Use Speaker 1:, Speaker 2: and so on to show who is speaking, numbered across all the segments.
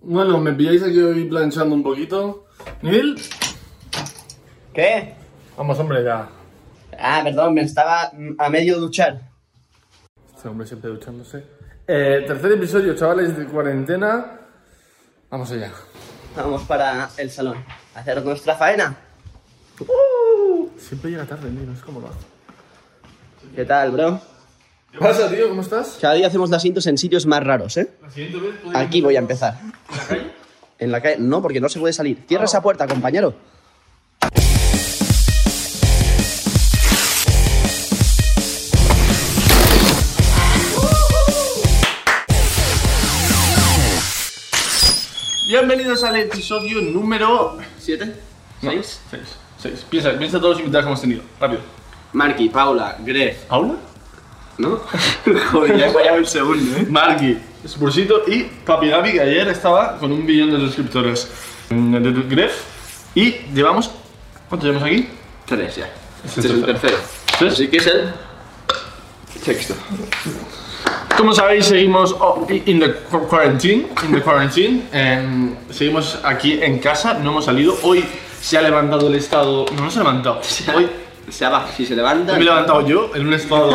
Speaker 1: Bueno, me pilláis aquí hoy planchando un poquito. Nil.
Speaker 2: ¿Qué?
Speaker 1: Vamos, hombre, ya.
Speaker 2: Ah, perdón, me estaba mm, a medio duchar.
Speaker 1: Este hombre siempre duchándose. Eh, tercer episodio, chavales, de cuarentena. Vamos allá.
Speaker 2: Vamos para el salón. a hacer nuestra faena.
Speaker 1: Siempre llega tarde, Nil, no es como lo hace.
Speaker 2: ¿Qué tal, bro?
Speaker 1: ¿Qué pasa, tío? ¿Cómo estás?
Speaker 2: Cada día hacemos las cintas en sitios más raros, ¿eh?
Speaker 1: La siguiente vez podría-
Speaker 2: Aquí voy a empezar. ¿En la calle? No, porque no se puede salir. Cierra esa puerta, compañero.
Speaker 1: Bienvenidos al episodio número
Speaker 2: ¿Siete?
Speaker 1: 6. 6. 6. Piensa, piensa todos los invitados que hemos tenido. Rápido.
Speaker 2: Marky, Paula, Greg,
Speaker 1: ¿Paula?
Speaker 2: ¿no? Joder, ya he fallado el segundo, ¿eh?
Speaker 1: Marky, Spursito y Papi Gabi, que ayer estaba con un billón de suscriptores en el Gref. Y llevamos. ¿Cuánto llevamos aquí?
Speaker 2: Tres ya.
Speaker 1: Este es el tercero. ¿Tres?
Speaker 2: que es el sexto.
Speaker 1: Como sabéis, seguimos oh, in the qu- quarantine. In the quarantine. Em, seguimos aquí en casa, no hemos salido. Hoy se ha levantado el estado. No, no se ha levantado. Hoy
Speaker 2: Se abajo, Ah, si se levanta.
Speaker 1: me he levantado yo en un estado.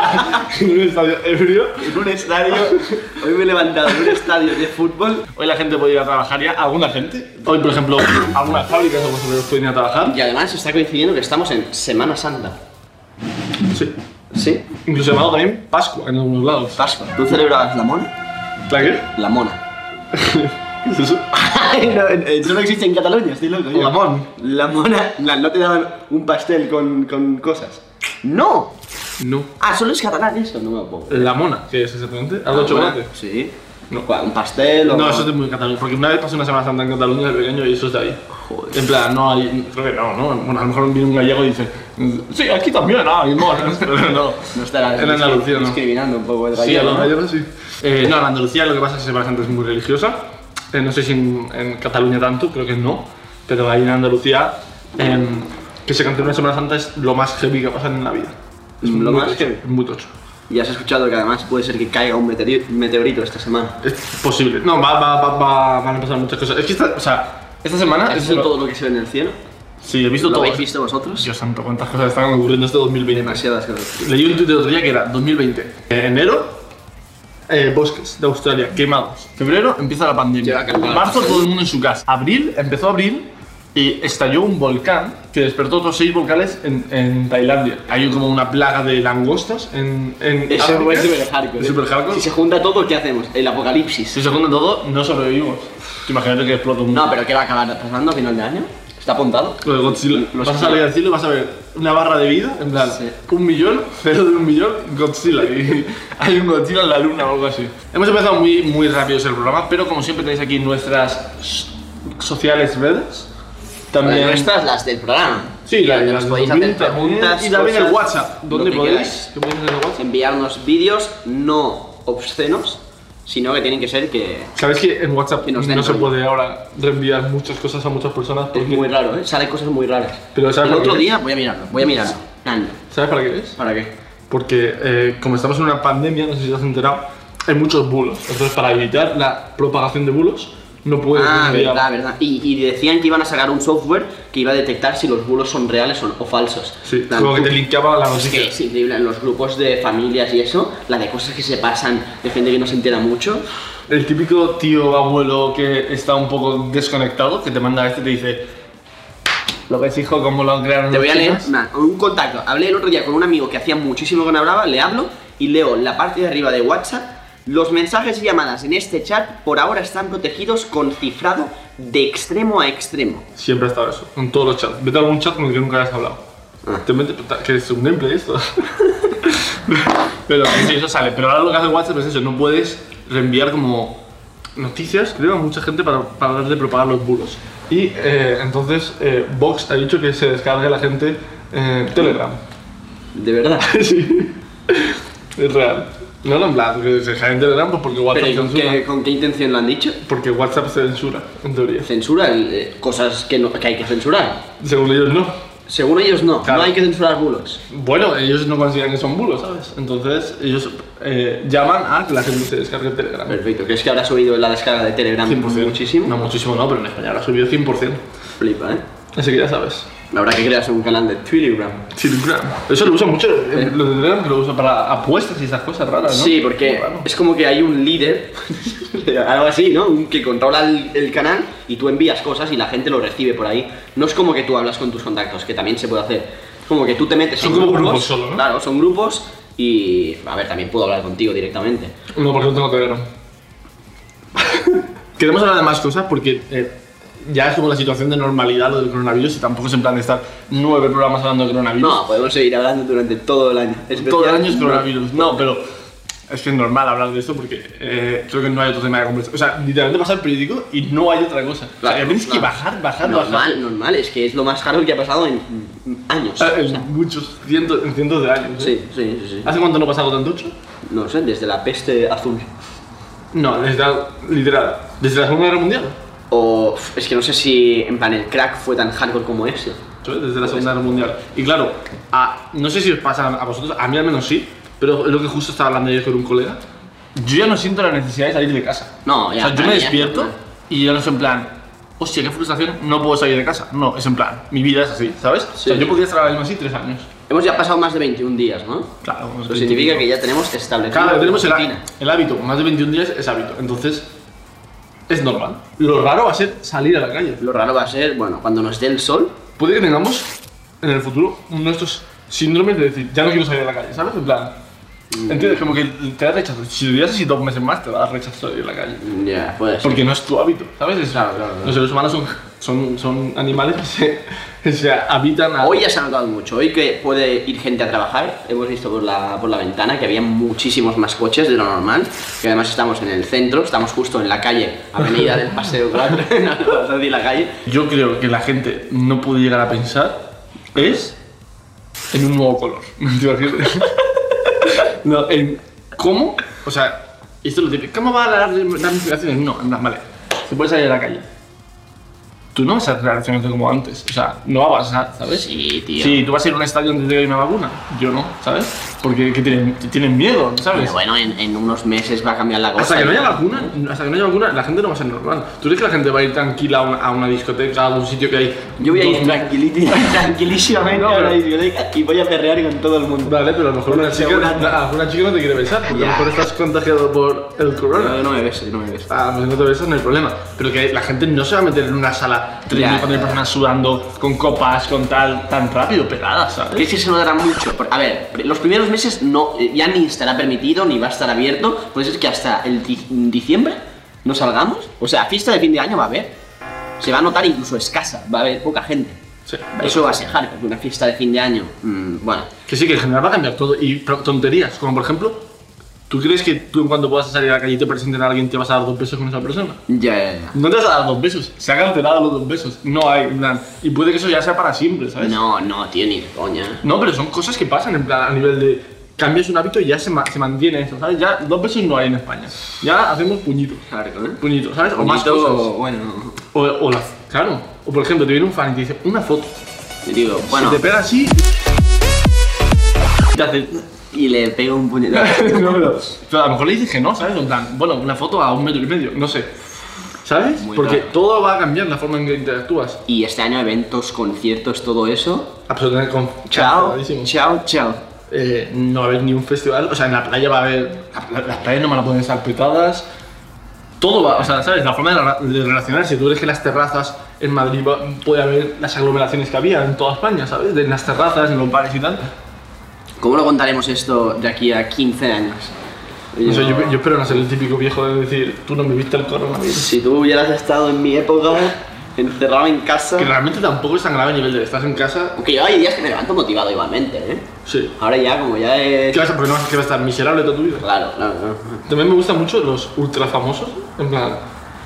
Speaker 1: en un estadio ebrio.
Speaker 2: En un estadio, hoy me he levantado en un estadio de fútbol.
Speaker 1: Hoy la gente puede ir a trabajar ya, alguna gente. Hoy, por ejemplo, algunas fábricas o vosotros pueden ir a trabajar.
Speaker 2: Y además está coincidiendo que estamos en Semana Santa.
Speaker 1: Sí.
Speaker 2: ¿Sí?
Speaker 1: Incluso llamado también Pascua en algunos lados.
Speaker 2: Pascua. ¿Tú celebrabas la mona?
Speaker 1: ¿La qué?
Speaker 2: La mona.
Speaker 1: ¿Qué es eso?
Speaker 2: no, eso no existe en Cataluña, estoy loco. yo.
Speaker 1: Lamón.
Speaker 2: La mona, la- no te daban un pastel con, con cosas. ¡No!
Speaker 1: No.
Speaker 2: Ah, solo es catalán eso, no me lo puedo.
Speaker 1: La mona. ¿Qué es exactamente? ¿Algo de
Speaker 2: mona?
Speaker 1: chocolate?
Speaker 2: Sí.
Speaker 1: No.
Speaker 2: Guau, Un pastel o.
Speaker 1: No, eso es de muy catalán. Porque una vez pasé una Semana Santa en Cataluña de pequeño y eso es de ahí.
Speaker 2: Joder.
Speaker 1: En plan, no hay. Creo que no, ¿no? Bueno, a lo mejor viene un gallego y dice. Sí, aquí también hay monas. Pero no.
Speaker 2: No estarás
Speaker 1: En Andalucía, no.
Speaker 2: discriminando un poco el
Speaker 1: Sí, a
Speaker 2: gallego,
Speaker 1: los
Speaker 2: ¿no?
Speaker 1: gallegos sí. Eh, no, en Andalucía lo que pasa es que Semana Santa es muy religiosa. Eh, no sé si en, en Cataluña tanto, creo que no. Pero ahí en Andalucía, em, que se cante una Semana Santa es lo más heavy que pasa en la vida. Es
Speaker 2: Lo
Speaker 1: muy
Speaker 2: más
Speaker 1: tocho,
Speaker 2: heavy.
Speaker 1: es muy tocho.
Speaker 2: Y has escuchado que además puede ser que caiga un meteori- meteorito esta semana.
Speaker 1: Es posible. No, va, va, va, va- van a pasar muchas cosas. Es que esta, o sea, esta semana.
Speaker 2: ¿Has
Speaker 1: Es
Speaker 2: visto
Speaker 1: lo-
Speaker 2: todo lo que se ve en el cielo?
Speaker 1: Sí, he visto
Speaker 2: ¿Lo
Speaker 1: todo.
Speaker 2: habéis visto vosotros?
Speaker 1: Dios santo, cuántas cosas están ocurriendo este 2020.
Speaker 2: Demasiadas cosas.
Speaker 1: Leí un tuit el otro día que era 2020. Eh, enero, eh, bosques de Australia quemados. Febrero empieza la
Speaker 2: Ya va
Speaker 1: pandemia.
Speaker 2: a cambiar.
Speaker 1: Marzo todo el mundo en su casa. Abril, empezó abril y estalló un volcán que despertó otros seis volcanes en, en Tailandia. Hay como una plaga de langostas en, en África.
Speaker 2: ¿eh?
Speaker 1: Es super hardcore.
Speaker 2: Si se junta todo, ¿qué hacemos? El apocalipsis.
Speaker 1: Si se junta todo, no sobrevivimos. Imagínate que explota un mundo.
Speaker 2: No, pero ¿qué va a acabar pasando a final de año? ¿Está apuntado?
Speaker 1: Lo de Godzilla.
Speaker 2: Los
Speaker 1: vas a salir al cielo y vas a ver una barra de vida, en plan,
Speaker 2: Sí.
Speaker 1: un millón, cero de un millón, Godzilla. Y hay un Godzilla en la luna o algo así. Hemos empezado muy, muy rápido el programa, pero como siempre tenéis aquí nuestras s- sociales redes. También.
Speaker 2: Bueno, estas las del programa.
Speaker 1: Sí, la,
Speaker 2: Donde
Speaker 1: las
Speaker 2: nos podéis
Speaker 1: de
Speaker 2: hacer
Speaker 1: Twitter,
Speaker 2: preguntas.
Speaker 1: Y también
Speaker 2: cosas,
Speaker 1: el WhatsApp.
Speaker 2: lo
Speaker 1: ¿Dónde
Speaker 2: que
Speaker 1: podéis?
Speaker 2: queráis.
Speaker 1: ¿Qué podéis hacer en el WhatsApp?
Speaker 2: Enviarnos vídeos no obscenos, sino que tienen que ser que.
Speaker 1: Sabéis que en WhatsApp
Speaker 2: Que nos den
Speaker 1: no se
Speaker 2: rollo.
Speaker 1: puede ahora reenviar muchas cosas a muchas personas.
Speaker 2: Es
Speaker 1: porque-
Speaker 2: muy raro, ¿eh? Salen cosas muy raras.
Speaker 1: Pero ¿sabes
Speaker 2: El
Speaker 1: por qué?
Speaker 2: otro día voy a mirarlo, voy a mirarlo. Nan,
Speaker 1: ¿Sabes para qué es?
Speaker 2: ¿Para qué?
Speaker 1: Porque eh, como estamos en una pandemia, no sé si te has enterado, hay muchos bulos. Entonces, para evitar la propagación de bulos, no puedes
Speaker 2: Ah,
Speaker 1: enviar-
Speaker 2: verdad, verdad. Y, y decían que iban a sacar un software que iba a detectar si los bulos son reales o, o falsos.
Speaker 1: Sí,
Speaker 2: Dan-
Speaker 1: como que te linkeaba la
Speaker 2: Es que
Speaker 1: noticia.
Speaker 2: es increíble, en los grupos de familias y eso, la de cosas que se pasan, de gente que no se entera mucho.
Speaker 1: El típico tío abuelo que está un poco desconectado, que te manda este y te dice: Lo ves, hijo, cómo lo han creado.
Speaker 2: Te
Speaker 1: los
Speaker 2: voy a leer
Speaker 1: chinos?".
Speaker 2: na, un contacto. Hablé el otro día con un amigo que hacía muchísimo que no hablaba, le hablo y leo la parte de arriba de WhatsApp. Los mensajes y llamadas en este chat por ahora están protegidos con cifrado de extremo a extremo.
Speaker 1: Siempre ha estado eso, en todos los chats. Vete a algún chat con el que nunca hayas hablado.
Speaker 2: Ah.
Speaker 1: Te metes, que es un gameplay esto. pero sí, eso sale. Pero ahora lo que hace WhatsApp es eso, no puedes reenviar como noticias, creo, a mucha gente para parar de propagar los bulos. Y eh, entonces eh, Vox ha dicho que se descargue la gente eh, Telegram.
Speaker 2: De verdad.
Speaker 1: sí. Es real. No lo en plan, que se descarguen Telegram pues porque WhatsApp
Speaker 2: Pero ¿con
Speaker 1: censura.
Speaker 2: qué, con qué intención lo han dicho?
Speaker 1: Porque WhatsApp se censura, en teoría.
Speaker 2: Censura eh, cosas que, no, que hay que censurar.
Speaker 1: Según ellos no.
Speaker 3: Según ellos no,
Speaker 1: Claro.
Speaker 3: no hay que censurar bulos.
Speaker 1: Bueno, ellos no consideran que son bulos, ¿sabes? Entonces, ellos eh, llaman a que la gente se descargue Telegram.
Speaker 3: Perfecto, que es que habrá subido la descarga de Telegram
Speaker 1: 100%.
Speaker 3: muchísimo.
Speaker 1: No, muchísimo no, pero en España lo ha subido 100%.
Speaker 3: Flipa, ¿eh?
Speaker 1: Así que ya sabes.
Speaker 3: Habrá que crearse un canal de Telegram.
Speaker 1: Telegram. Eso lo usa mucho. eh, Lo de Telegram que lo usa para apuestas y esas cosas raras, ¿no?
Speaker 3: Sí, porque
Speaker 1: Muy raro.
Speaker 3: es como que hay un líder, algo así, ¿no? Un que controla el, el canal y tú envías cosas y la gente lo recibe por ahí. No es como que tú hablas con tus contactos, que también se puede hacer. Es como que tú te metes
Speaker 1: Son
Speaker 3: en
Speaker 1: como
Speaker 3: grupos,
Speaker 1: grupos solo, ¿no?
Speaker 3: claro, son grupos y a ver, también puedo hablar contigo directamente.
Speaker 1: No, porque no tengo Telegram. Queremos hablar de más cosas porque eh, ya es como la situación de normalidad lo del coronavirus y tampoco es en plan de estar nueve programas hablando de coronavirus.
Speaker 3: No, podemos seguir hablando durante todo el año. Es
Speaker 1: Todo el
Speaker 3: especial.
Speaker 1: año es coronavirus. No, pero es que es normal hablar de esto porque eh, creo que no hay otro tema de conversación. O sea, literalmente pasa el periódico y no hay otra cosa. O sea,
Speaker 3: Claro,
Speaker 1: que tienes que
Speaker 3: claro.
Speaker 1: bajar, bajar, bajar.
Speaker 3: Normal, normal, es que es lo más caro que ha pasado en años.
Speaker 1: Ah,
Speaker 3: o
Speaker 1: En
Speaker 3: sea,
Speaker 1: muchos, cientos, en cientos de años. ¿eh?
Speaker 3: sí, sí, sí, sí.
Speaker 1: ¿Hace cuánto no pasa algo tan tocho?
Speaker 3: No sé, desde la peste azul.
Speaker 1: No, desde la, literal, desde la Segunda Guerra Mundial.
Speaker 3: O pf, es que no sé si en plan el crack fue tan hardcore como ese.
Speaker 1: ¿sabes?
Speaker 3: Pues.
Speaker 1: Desde la Segunda Guerra Mundial. Y claro, a- no sé si os pasa a vosotros, a mí al menos sí, pero es lo que justo estaba hablando ayer con un colega. Yo ya no siento la necesidad de salir de casa.
Speaker 3: No, Oh, ya,
Speaker 1: O sea, yo
Speaker 3: para
Speaker 1: me
Speaker 3: mí ya es
Speaker 1: despierto
Speaker 3: normal.
Speaker 1: y yo no soy en plan, hostia, qué frustración, no puedo salir de casa. No, es en plan, mi vida es así, ¿sabes? O sea,
Speaker 3: Sí.
Speaker 1: yo podría estar ahora mismo así tres años.
Speaker 3: Hemos ya pasado más de 21 días, ¿no?
Speaker 1: Claro, unos
Speaker 3: Eso
Speaker 1: 20
Speaker 3: significa
Speaker 1: y pico.
Speaker 3: que ya tenemos establecido
Speaker 1: Claro,
Speaker 3: la
Speaker 1: tenemos el,
Speaker 3: rutina.
Speaker 1: el hábito, más de 21 días es hábito, entonces es normal. Lo raro va a ser salir a la calle.
Speaker 3: Lo raro va a ser, bueno, cuando nos dé el sol.
Speaker 1: Puede que tengamos en el futuro nuestros síndromes de decir, ya no quiero salir a la calle, ¿sabes? En plan,
Speaker 3: Mm.
Speaker 1: entiendes, como que te da rechazo. Si lo así dos meses más, te va a dar rechazo salir a la calle.
Speaker 3: Ya, puede ser.
Speaker 1: Porque no es tu hábito, ¿sabes? Es-
Speaker 3: Claro, claro, claro.
Speaker 1: Los seres humanos son, son, son animales que se, que se habitan a...
Speaker 3: Hoy ya se ha notado mucho. Hoy que puede ir gente a trabajar, hemos visto por la, por la ventana que había muchísimos más coches de lo normal. Que además estamos en el centro, estamos justo en la calle, avenida del Paseo 4. no, no, la calle.
Speaker 1: Yo creo que la gente no puede llegar a pensar es en un nuevo color. Mentira, ¿cierto? no, en cómo, o sea, esto es lo típico. ¿Cómo va a dar ramificaciones? No, en plan, vale, se puede salir a la calle. Tú no vas a reaccionarte como antes, o sea, no va a pasar, ¿sabes?
Speaker 3: Sí, tío.
Speaker 1: Sí, tú vas a ir a un estadio antes de que haya una vacuna. Yo no, ¿sabes? Porque que tienen, tienen miedo, ¿sabes?
Speaker 3: Pero bueno, en, en unos meses va a cambiar la cosa.
Speaker 1: Hasta que no haya
Speaker 3: ¿no?
Speaker 1: vacuna, hasta que no haya vacuna, la gente no va a ser normal. ¿Tú crees que la gente va a ir tranquila a una, a una discoteca, a un sitio que hay?
Speaker 3: Yo voy a ir
Speaker 1: dos-
Speaker 3: tranquiliti- tranquilísimamente
Speaker 1: No,
Speaker 3: a
Speaker 1: pero-
Speaker 3: la discoteca y voy a perrear con todo el mundo.
Speaker 1: Vale, pero a lo mejor una chica,
Speaker 3: Asegurando.
Speaker 1: a una chica no te quiere besar, porque a lo
Speaker 3: Ya.
Speaker 1: mejor estás contagiado por el corona.
Speaker 3: No, no me beses, no me beses.
Speaker 1: Ah, pues no te besas, no hay problema. Pero que la gente no se va a meter en una sala 3.000,
Speaker 3: Ya.
Speaker 1: 4.000 personas sudando, con copas, con tal, tan rápido, pegadas, ¿sabes?
Speaker 3: ¿Crees que se notará mucho? Por- A ver, pr- los primeros meses no, eh, ya ni estará permitido, ni va a estar abierto. Puede ser que hasta el di- diciembre no salgamos. O sea, fiesta de fin de año va a haber. Se va a notar incluso escasa, va a haber poca gente.
Speaker 1: Sí.
Speaker 3: Eso va a ser hard, porque una fiesta de fin de año, mm, bueno.
Speaker 1: Que sí, que en general va a cambiar todo. Y pro- tonterías, como por ejemplo, ¿tú crees que tú en cuanto puedas salir a la calle y te presenten a alguien te vas a dar dos besos con esa persona?
Speaker 3: Ya, ya, ya.
Speaker 1: No te vas a dar dos besos, se ha cancelado los dos besos. No hay, en plan. Y puede que eso ya sea para siempre, ¿sabes?
Speaker 3: No, no, tío, ni de coña.
Speaker 1: No, pero son cosas que pasan, en plan, a nivel de cambias un hábito y ya se, ma- se mantiene eso, ¿sabes? Ya dos besos no hay en España. Ya hacemos puñitos.
Speaker 3: Hardcore, ¿eh?
Speaker 1: Puñitos, ¿sabes? O más
Speaker 3: Bonito,
Speaker 1: cosas.
Speaker 3: Bueno,
Speaker 1: O, o la, claro. O por ejemplo, te viene un fan y te dice una foto.
Speaker 3: te digo, bueno,
Speaker 1: Se te pega así. Te hace.
Speaker 3: y le pego un puñetazo.
Speaker 1: no, pero, pero a lo mejor le dices que no, ¿sabes? En plan, bueno, una foto a un metro y medio, no sé. ¿Sabes?
Speaker 3: Muy
Speaker 1: Porque
Speaker 3: raro.
Speaker 1: todo va a cambiar la forma en que interactúas.
Speaker 3: y este año eventos, conciertos, todo eso.
Speaker 1: Absolutamente con.
Speaker 3: Chao,
Speaker 1: canceladísimo.
Speaker 3: chao, chao.
Speaker 1: Eh, no va a haber ni un festival, o sea, en la playa va a haber, la- las playas no van a poder estar petadas, todo va, o sea, ¿sabes? La forma de, rela- de relacionarse, tú ves que las terrazas en Madrid va- puede haber las aglomeraciones que había en toda España, ¿sabes? De- En las terrazas, en los bares y tal.
Speaker 3: ¿Cómo lo contaremos esto de aquí a 15 años?
Speaker 1: No sé, yo, yo espero no ser el típico viejo de decir, tú no me viste el coronavirus.
Speaker 3: Si tú hubieras estado en mi época, encerrado en casa.
Speaker 1: Que realmente tampoco es tan grave a nivel de estás en casa,
Speaker 3: Aunque yo hay días que me levanto motivado igualmente, ¿eh?
Speaker 1: sí.
Speaker 3: Ahora ya, como ya es.
Speaker 1: ¿Qué vas a, porque no vas a- que vas a estar miserable toda tu vida?
Speaker 3: Claro, claro, claro.
Speaker 1: También me gustan mucho los ultra famosos. En plan,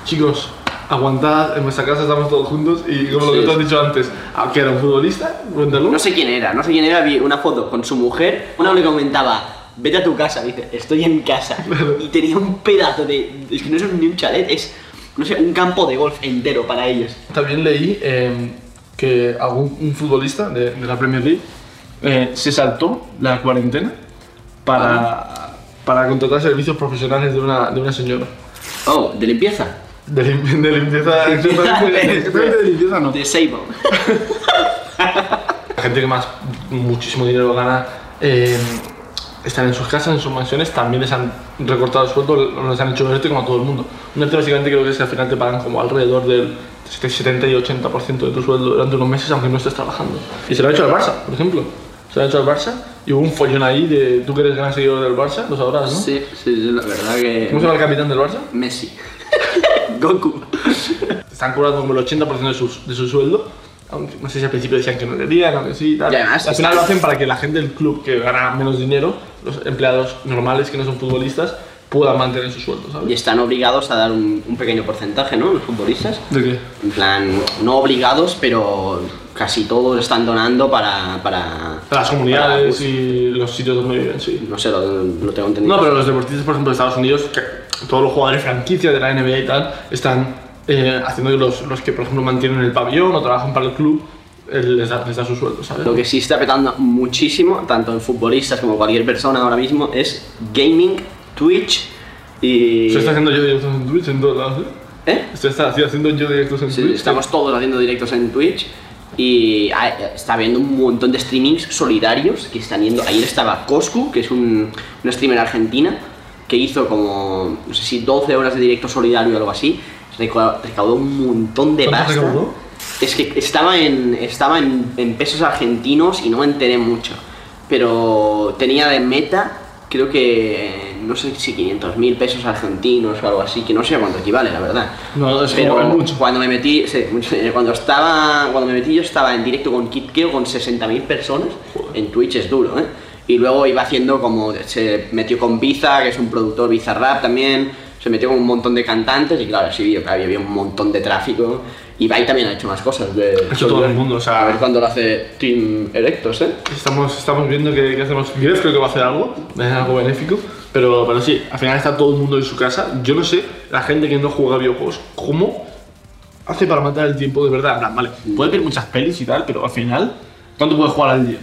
Speaker 1: chicos, aguantad, en vuestra casa estamos todos juntos. Y como lo
Speaker 3: Sí.
Speaker 1: que tú has dicho antes, ah, que era un futbolista, cuéntalo.
Speaker 3: No sé quién era, no sé quién era, vi una foto con su mujer, una le comentaba, vete a tu casa, dice, estoy en casa. Y tenía un pedazo de. Es que no es ni un chalet, es. No sé, un campo de golf entero para ellos.
Speaker 1: También leí eh, que algún un futbolista de, de la Premier League eh, se saltó la cuarentena
Speaker 3: Ah.
Speaker 1: para, para contratar servicios profesionales de una, de una señora.
Speaker 3: Oh, de limpieza.
Speaker 1: De, lim- de limpieza, exactamente, exactamente de limpieza no.
Speaker 3: De Sable.
Speaker 1: La gente que más muchísimo dinero gana eh, están en sus casas, en sus mansiones, también les han recortado el sueldo, les han hecho un ERTE como a todo el mundo. Un ERTE básicamente creo que es que al final te pagan como alrededor del 70 y 80% de tu sueldo durante unos meses aunque no estés trabajando. Y se lo han hecho al Barça, por ejemplo. Se lo han hecho al Barça y hubo un follón ahí de tú que eres gran seguidor del Barça, lo sabrás, ¿no?
Speaker 3: Sí, sí, sí, la verdad
Speaker 1: ¿Cómo se
Speaker 3: que.
Speaker 1: llama el capitán del Barça?
Speaker 3: Messi. Goku.
Speaker 1: Están cobrando como el 80% de su, de su sueldo. Aunque, no sé si al principio decían que no querían, aunque sí, tal.
Speaker 3: Y además
Speaker 1: al final lo
Speaker 3: está-
Speaker 1: hacen para que la gente del club que gana menos dinero, los empleados normales que no son futbolistas, puedan mantener su sueldo,
Speaker 3: Y
Speaker 1: ¿sabes?
Speaker 3: están obligados a dar un, un pequeño porcentaje, ¿no? Los futbolistas.
Speaker 1: ¿De qué?
Speaker 3: En plan, no obligados, pero casi todos están donando para. para
Speaker 1: Las comunidades y los sitios donde viven, sí.
Speaker 3: No sé, lo, lo tengo entendido.
Speaker 1: No, pero los deportistas, por ejemplo, de Estados Unidos, que todos los jugadores franquicia de la NBA y tal, están eh, haciendo que los, los que, por ejemplo, mantienen el pabellón o trabajan para el club, eh, les, da, les da su sueldo, ¿sabes?
Speaker 3: Lo que sí está petando muchísimo, tanto en futbolistas como cualquier persona ahora mismo, es gaming, Twitch y.
Speaker 1: Se está haciendo yo directos en Twitch en todos lados, ¿eh?
Speaker 3: ¿Eh?
Speaker 1: Esto está haci- haciendo yo directos en
Speaker 3: Sí,
Speaker 1: Twitch.
Speaker 3: estamos todos haciendo directos en Twitch y ah, está habiendo un montón de streamings solidarios que están yendo. Ayer estaba Coscu, que es un, una streamer argentina, que hizo como, no sé si 12 horas de directo solidario o algo así. Reca- Recaudó un montón de
Speaker 1: ¿Cuánto
Speaker 3: pasta.
Speaker 1: recaudó?
Speaker 3: Es que estaba en, estaba en, en pesos argentinos y no me enteré mucho. Pero tenía de meta, creo que, no sé si 500 mil pesos argentinos o algo así, que no sé a cuánto equivale, la verdad.
Speaker 1: No, es
Speaker 3: Pero
Speaker 1: como que mucho.
Speaker 3: cuando me metí, sí, cuando estaba, cuando me metí yo estaba en directo con KitKeo con 60.000 personas, en Twitch es duro, ¿eh? Y luego iba haciendo como, se metió con Biza, que es un productor Bizarrap también, se metió con un montón de cantantes y claro, sí, había, había un montón de tráfico. Y Bai también ha hecho más cosas de...
Speaker 1: hecho todo el mundo, o sea-
Speaker 3: A ver cuándo lo hace Team Erectos, ¿eh?
Speaker 1: Estamos, estamos viendo que, que hacemos. Gref creo que va a hacer algo, eh, algo benéfico. Pero, pero sí, al final está todo el mundo en su casa. Yo no sé, la gente que no juega videojuegos, ¿cómo hace para matar el tiempo de verdad? En plan, vale, puede ver muchas pelis y tal, pero al final, ¿cuánto puedes jugar al día?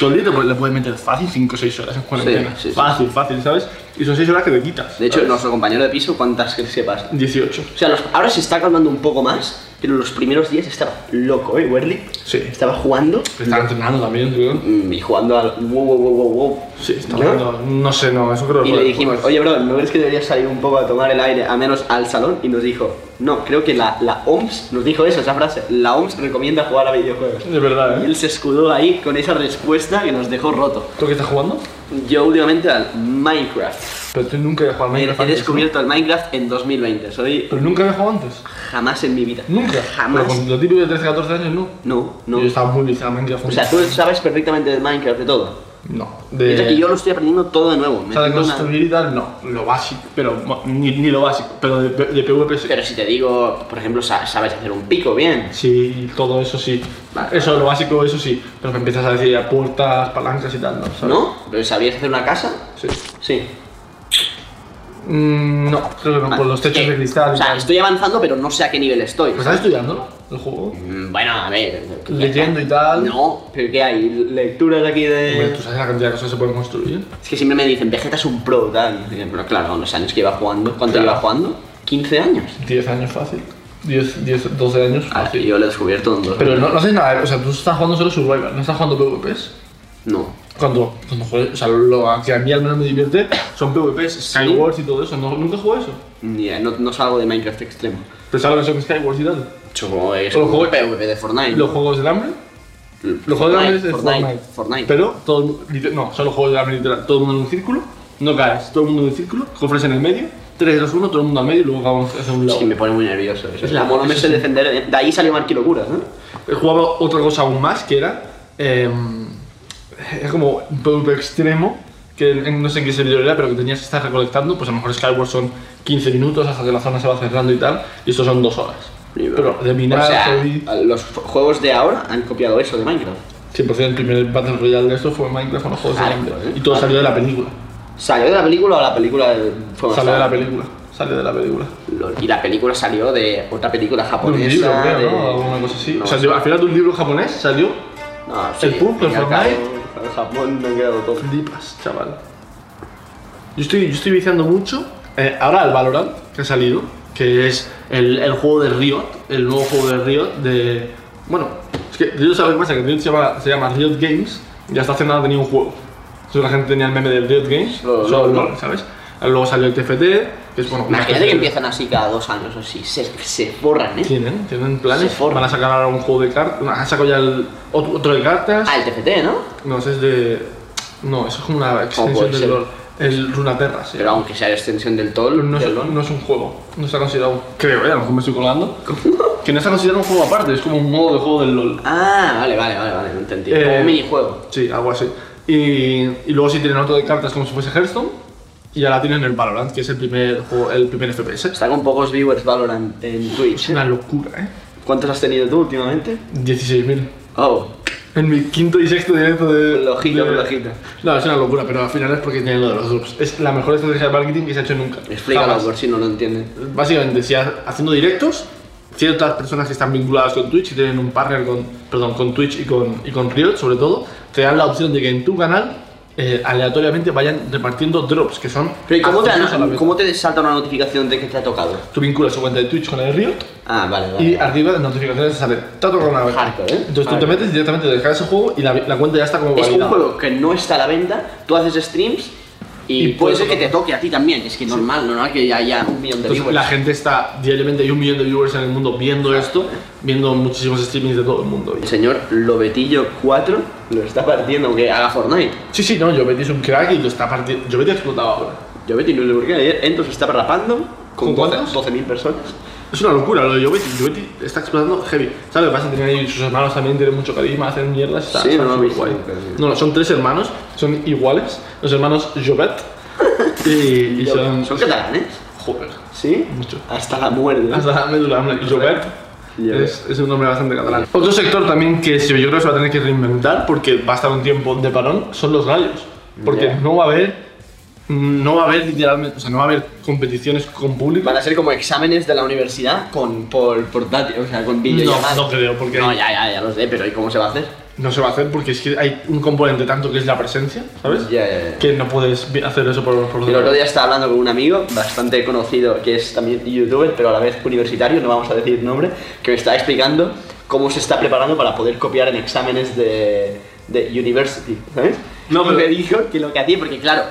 Speaker 1: Todo el día te puede- le puedes meter fácil 5 o 6 horas en cuarentena.
Speaker 3: sí, sí.
Speaker 1: fácil, fácil, ¿sabes? Y son 6 horas que te quitas.
Speaker 3: De hecho,
Speaker 1: ¿sabes?
Speaker 3: nuestro compañero de piso, ¿cuántas crees que pasa?
Speaker 1: 18.
Speaker 3: O sea, los- ahora se está calmando un poco más, pero los primeros días estaba loco, ¿eh, Werly?
Speaker 1: Sí.
Speaker 3: Estaba jugando
Speaker 1: Están entrenando también, creo.
Speaker 3: Mm, y jugando al wow, wow, wow, wow, wow.
Speaker 1: Sí, están
Speaker 3: ¿No?
Speaker 1: entrenando. No sé, no, eso creo que
Speaker 3: Y
Speaker 1: lo-
Speaker 3: le dijimos, oye, bro, ¿no crees que deberías salir un poco a tomar el aire, a menos al salón? Y nos dijo, no, creo que la, la OMS nos dijo eso, esa frase. La OMS recomienda jugar a videojuegos.
Speaker 1: De verdad,
Speaker 3: Y
Speaker 1: ¿eh?
Speaker 3: él se escudó ahí con esa respuesta que nos dejó roto.
Speaker 1: ¿Tú qué estás jugando?
Speaker 3: Yo últimamente al Minecraft.
Speaker 1: Pero tú nunca habías jugado a
Speaker 3: He,
Speaker 1: Minecraft.
Speaker 3: he
Speaker 1: antes, ¿no?
Speaker 3: descubierto el Minecraft en 2020. Soy
Speaker 1: Pero nunca había jugado antes.
Speaker 3: jamás en mi vida.
Speaker 1: Nunca.
Speaker 3: Jamás.
Speaker 1: Pero con lo típico de 13, 14 años, no.
Speaker 3: No, no.
Speaker 1: Yo estaba muy viciado a Minecraft.
Speaker 3: O sea, tú sabes perfectamente de Minecraft, de todo.
Speaker 1: No.
Speaker 3: Y
Speaker 1: De...
Speaker 3: que yo lo estoy aprendiendo todo de nuevo. Me
Speaker 1: O sea, de
Speaker 3: siento una-
Speaker 1: construir y tal, no. Lo básico, pero bueno, ni, ni lo básico. Pero de, de PvP sí.
Speaker 3: Pero si te digo, por ejemplo, sa- sabes hacer un pico bien.
Speaker 1: Sí, todo eso sí.
Speaker 3: Vale.
Speaker 1: Eso, lo básico, eso sí. Pero que empiezas a decir a puertas, palancas y tal, ¿no? ¿Sabes?
Speaker 3: ¿No? ¿Pero sabías hacer una casa?
Speaker 1: Sí.
Speaker 3: Sí.
Speaker 1: Mm, no, creo que no, por los techos
Speaker 3: Sí.
Speaker 1: de cristal.
Speaker 3: Ah, O
Speaker 1: y
Speaker 3: sea,
Speaker 1: tal.
Speaker 3: estoy avanzando, pero no sé a qué nivel estoy.
Speaker 1: ¿Pero estás estudiándolo? El juego.
Speaker 3: Mm, Bueno, a ver.
Speaker 1: Leyendo y tal.
Speaker 3: No, pero ¿qué hay? Lecturas aquí
Speaker 1: Hombre, Tú
Speaker 3: de.
Speaker 1: sabes la cantidad de cosas que se pueden construir.
Speaker 3: Es que siempre me dicen, Vegeta es un pro, tal. Y dicen, Pero claro, con los años que iba jugando. ¿Cuánto
Speaker 1: Claro.
Speaker 3: iba jugando? 15 años.
Speaker 1: 10 años fácil. 10, 10 12 años
Speaker 3: Ah,
Speaker 1: fácil.
Speaker 3: yo lo he descubierto en dos.
Speaker 1: Pero no, no haces nada, o sea, tú estás jugando solo Survivor, no estás jugando PvPs.
Speaker 3: No.
Speaker 1: Cuando, cuando juegas, o sea, lo que a mí al menos me divierte son PvPs, Skywars y todo eso. No, nunca juego eso.
Speaker 3: Ni idea, no, no salgo de Minecraft extremo.
Speaker 1: Pero sabes lo que son Skywars y tal.
Speaker 3: Chupo, es
Speaker 1: Los
Speaker 3: un
Speaker 1: juegos-
Speaker 3: PvP de Fortnite. Mm,
Speaker 1: Los juegos del hambre. Los juegos del hambre es de Fortnite.
Speaker 3: Fortnite.
Speaker 1: Pero todo, el mu- liter- no, son los juegos del hambre literal. Todo el mundo en un círculo, no caes, todo el mundo en un círculo, cofres en el medio, 3, 2, 1, todo el mundo al medio y luego acabamos hacia un
Speaker 3: Es
Speaker 1: lado.
Speaker 3: que me pone muy nervioso eso.
Speaker 1: Es la-
Speaker 3: Como no me
Speaker 1: eso
Speaker 3: sé
Speaker 1: sí.
Speaker 3: defender, de ahí salió Marky Locura, ¿no?
Speaker 1: He jugado otra cosa aún más que era. eh, era como un PvP extremo. Que en- no sé en qué servidor era, pero que tenías que estar recolectando. Pues a lo mejor Skyward son 15 minutos hasta que la zona se va cerrando y tal. Y estos son 2 horas. Pero de minar,
Speaker 3: o sea,
Speaker 1: soy-
Speaker 3: los f- juegos de ahora han copiado eso de Minecraft.
Speaker 1: 100% el primer Battle Royale de esto fue Minecraft con los juegos de
Speaker 3: Claro,
Speaker 1: hambre.
Speaker 3: joder.
Speaker 1: Y todo salió de la película.
Speaker 3: ¿Salió de la película o la película fue más
Speaker 1: Salió de la
Speaker 3: tarde?
Speaker 1: película. sale de la película.
Speaker 3: Lol, Y la película salió de otra película
Speaker 1: De un
Speaker 3: japonesa.
Speaker 1: libro, creo,
Speaker 3: Pues de-
Speaker 1: ¿no? Alguna cosa así.
Speaker 3: No,
Speaker 1: o sea, al final de un libro japonés salió
Speaker 3: no,
Speaker 1: el pulpo, el
Speaker 3: al cabo,
Speaker 1: Fortnite.
Speaker 3: En Japón me he quedado todo.
Speaker 1: Flipas, chaval. Yo estoy, yo estoy viciando mucho. eh, ahora el Valorant, que ha salido, que es el, el juego de Riot, el nuevo juego de Riot de. Bueno, es que Riot sabe lo que pasa, que Riot se llama, se llama Riot Games y hasta hace nada tenía un juego. Entonces la gente tenía el meme del Riot Games,
Speaker 3: Solo
Speaker 1: solo
Speaker 3: LOL,
Speaker 1: LOL, ¿sabes? Luego salió el TFT, que es bueno. una
Speaker 3: Imagínate que
Speaker 1: especie de-
Speaker 3: empiezan así cada dos años o así. Se, se borran, ¿eh?
Speaker 1: Tienen, tienen planes.
Speaker 3: Se forman.
Speaker 1: Van a sacar ahora un juego de cartas. Han sacado ya el, otro, otro de cartas.
Speaker 3: Ah, el TFT, ¿no?
Speaker 1: No, ese es de. No, eso es como una extensión
Speaker 3: puede
Speaker 1: del
Speaker 3: ser.
Speaker 1: LOL. El Runaterra, sí.
Speaker 3: Pero aunque sea la extensión del TOL,
Speaker 1: Pues No es,
Speaker 3: del LOL.
Speaker 1: no es un juego, no está considerado, un- creo, ¿eh? a lo mejor me estoy colando, que no está considerado un juego aparte, es como un modo de juego del LOL.
Speaker 3: Ah, vale, vale, vale, vale, no entendí.
Speaker 1: Eh,
Speaker 3: Como un minijuego.
Speaker 1: Sí, algo así. Y, y luego sí tienen otro de cartas como si fuese Hearthstone, y ahora tienen el Valorant, que es el primer, juego, el primer FPS.
Speaker 3: Está con pocos viewers Valorant en
Speaker 1: Es
Speaker 3: Twitch. ¿eh?
Speaker 1: una locura, ¿eh?
Speaker 3: ¿Cuántos has tenido tú últimamente?
Speaker 1: 16.000.
Speaker 3: Oh,
Speaker 1: En mi quinto y sexto directo de...
Speaker 3: Relojito,
Speaker 1: de-
Speaker 3: relojito.
Speaker 1: No, es una locura, pero al final es porque tienen lo de los drops. Es la mejor estrategia de marketing que se ha hecho nunca.
Speaker 3: explícalo
Speaker 1: Jamás.
Speaker 3: por si no lo entienden.
Speaker 1: básicamente si ha- haciendo directos ciertas personas que están vinculadas con Twitch y tienen un partner con perdón con Twitch y con y con Riot sobre todo te dan la opción de que en tu canal eh, aleatoriamente vayan repartiendo drops que son
Speaker 3: Pero ¿y cómo te,
Speaker 1: accesos a la vez.
Speaker 3: ¿cómo te salta una notificación de que te ha tocado?
Speaker 1: tú vinculas su cuenta de Twitch con la de Riot
Speaker 3: Ah, vale, vale.
Speaker 1: y arriba de notificaciones te sale te ha tocado una vez
Speaker 3: Hardcore, ¿eh?
Speaker 1: entonces tú te
Speaker 3: Hardcore.
Speaker 1: metes directamente dejas ese juego y la, la cuenta ya está como
Speaker 3: es un
Speaker 1: validada.
Speaker 3: juego que no está a la venta, tú haces streams y,
Speaker 1: Y
Speaker 3: puede ser que
Speaker 1: puedes-
Speaker 3: te toque a ti también. Es que normal, normal que haya un millón de
Speaker 1: Entonces,
Speaker 3: viewers.
Speaker 1: la gente está diariamente hay un millón de viewers en el mundo viendo esto viendo muchísimos streamings de todo el mundo
Speaker 3: El señor Lobetillo 4 lo está partiendo aunque haga Fortnite.
Speaker 1: Sí, sí, no, Jovetti es un crack y lo está partiendo. Jovetti ha explotado ahora.
Speaker 3: Lobetillo no sé por qué ayer Ento se estaba rapando con
Speaker 1: ¿Con
Speaker 3: 12
Speaker 1: cuántos?
Speaker 3: 12.000 personas.
Speaker 1: Es una locura lo de Jovetti. Jovetti está explotando heavy. ¿Sabes lo que pasa? Tienen ahí sus hermanos también, tienen mucho carisma, hacen mierdas. Está,
Speaker 3: Sí,
Speaker 1: está
Speaker 3: no lo
Speaker 1: súper
Speaker 3: he visto
Speaker 1: guay.
Speaker 3: nunca, sí.
Speaker 1: No, no, son tres hermanos, son iguales. Los hermanos Jovet. y, y son.
Speaker 3: Son catalanes.
Speaker 1: Joder.
Speaker 3: ¿Sí?
Speaker 1: Mucho.
Speaker 3: Hasta la muerte.
Speaker 1: Hasta la médula, hombre. Jovet.
Speaker 3: Jovet.
Speaker 1: Es, es un nombre bastante catalán. Otro sector también que se- yo creo que se va a tener que reinventar porque va a estar un tiempo de parón son los gallos. Porque
Speaker 3: Ya.
Speaker 1: no va a haber. No va a haber literalmente. O sea, no va a haber competiciones con público.
Speaker 3: Van a ser como exámenes de la universidad con por portátil, o sea, con videollamadas.
Speaker 1: no creo, porque-
Speaker 3: No, ya, ya, ya lo sé, pero ¿y cómo se va a hacer?
Speaker 1: No se va a hacer porque es que hay un componente tanto que es la presencia, ¿sabes?
Speaker 3: Ya, ya, ya.
Speaker 1: Que no puedes vi- hacer eso por por
Speaker 3: El otro día estaba hablando con un amigo bastante conocido que es también youtuber, pero a la vez universitario, no vamos a decir nombre, que me estaba explicando cómo se está preparando para poder copiar en exámenes de, de university, ¿sabes?
Speaker 1: No,
Speaker 3: y
Speaker 1: pero-
Speaker 3: me dijo que lo que hacía, porque claro,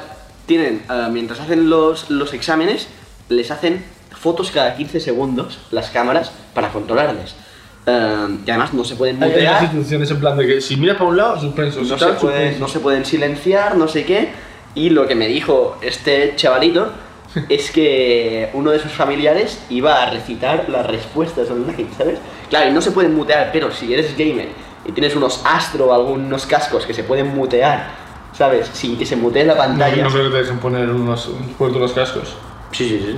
Speaker 3: tienen, ah, mientras hacen los, los exámenes, les hacen fotos cada 15 segundos las cámaras para controlarles. Ah, y además no se pueden
Speaker 1: Hay- hay unas
Speaker 3: mutear,
Speaker 1: instituciones en plan de que si miras para un lado, suspenso. si
Speaker 3: no se,
Speaker 1: tal,
Speaker 3: pueden,
Speaker 1: suspenso.
Speaker 3: no se pueden silenciar, no sé qué. Y lo que me dijo este chavalito es que uno de sus familiares iba a recitar las respuestas online, ¿sabes? Claro, y no se pueden mutear, pero si eres gamer y tienes unos astro o algunos cascos que se pueden mutear, ¿sabes? Sin que se mutee la
Speaker 1: No,
Speaker 3: pantalla.
Speaker 1: no creo que te dejen poner unos, ponerte unos cascos.
Speaker 3: Sí, sí, sí. sí.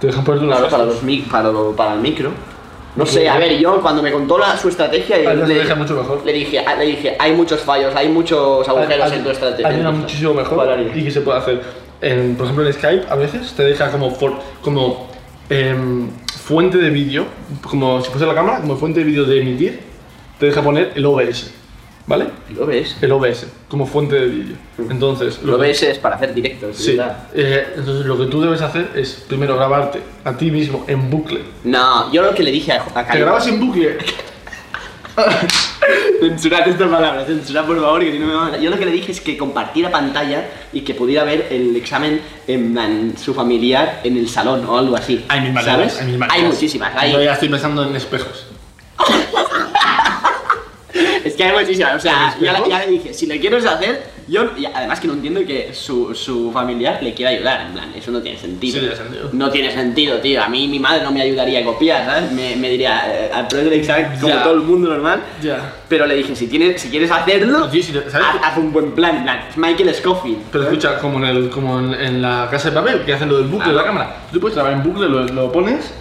Speaker 1: Te dejan ponerte unos
Speaker 3: Claro, para,
Speaker 1: cascos.
Speaker 3: los mic, para, lo- para el micro. No sé, a ver, yo cuando me contó la, su estrategia,
Speaker 1: Hay
Speaker 3: le,
Speaker 1: una estrategia mucho mejor.
Speaker 3: le dije, le dije, hay muchos fallos, hay muchos agujeros
Speaker 1: Hay-
Speaker 3: en tu estrategia.
Speaker 1: Hay
Speaker 3: en tu
Speaker 1: una
Speaker 3: estra-
Speaker 1: muchísimo mejor
Speaker 3: ¿Cuál haría?
Speaker 1: y que se puede hacer. En, por ejemplo, en Skype a veces te deja como, for- como em, fuente de vídeo, como si fuese la cámara, como fuente de vídeo de emitir, te deja poner el OBS. ¿Vale?
Speaker 3: ¿Lo ves?
Speaker 1: el OBS como fuente de vídeo. Entonces,
Speaker 3: Mm. Lo
Speaker 1: que-
Speaker 3: ves es para hacer directos,
Speaker 1: Sí.
Speaker 3: ¿verdad?
Speaker 1: Eh, entonces, lo que tú debes hacer es primero grabarte a ti mismo en bucle.
Speaker 3: No, yo lo que le dije a, a
Speaker 1: ¿Te
Speaker 3: Caio-
Speaker 1: grabas en bucle?
Speaker 3: Censurad esta palabra, censurad por favor, que si no me van a- Yo lo que le dije es que compartiera pantalla y que pudiera ver el examen en, plan, su familiar en el salón o algo así. ¿Sabes? Hay muchísimas, hay-
Speaker 1: Yo ya estoy pensando en espejos.
Speaker 3: Es que hay muchísimas, o sea,
Speaker 1: ¿Con
Speaker 3: ya, la-
Speaker 1: espejos?
Speaker 3: ya le dije, si le quieres hacer, yo, y además que no entiendo que su, su familiar le quiera ayudar, en plan, eso no tiene sentido.
Speaker 1: Sí, tiene sentido.
Speaker 3: No tiene sentido, tío, a mí mi madre no me ayudaría a copiar, ¿sabes? Me, me diría, eh, al proyecto del examen, como
Speaker 1: Ya.
Speaker 3: todo el mundo normal,
Speaker 1: Ya.
Speaker 3: pero le dije, si, tienes, si quieres hacerlo,
Speaker 1: Sí, sí, ¿sabes?
Speaker 3: haz, haz un buen plan, en plan, es Michael Scofield.
Speaker 1: Pero escucha, como en, el, como en, en la casa de papel, que hacen lo del bucle de la cámara. Tú puedes grabar en bucle, lo, lo pones.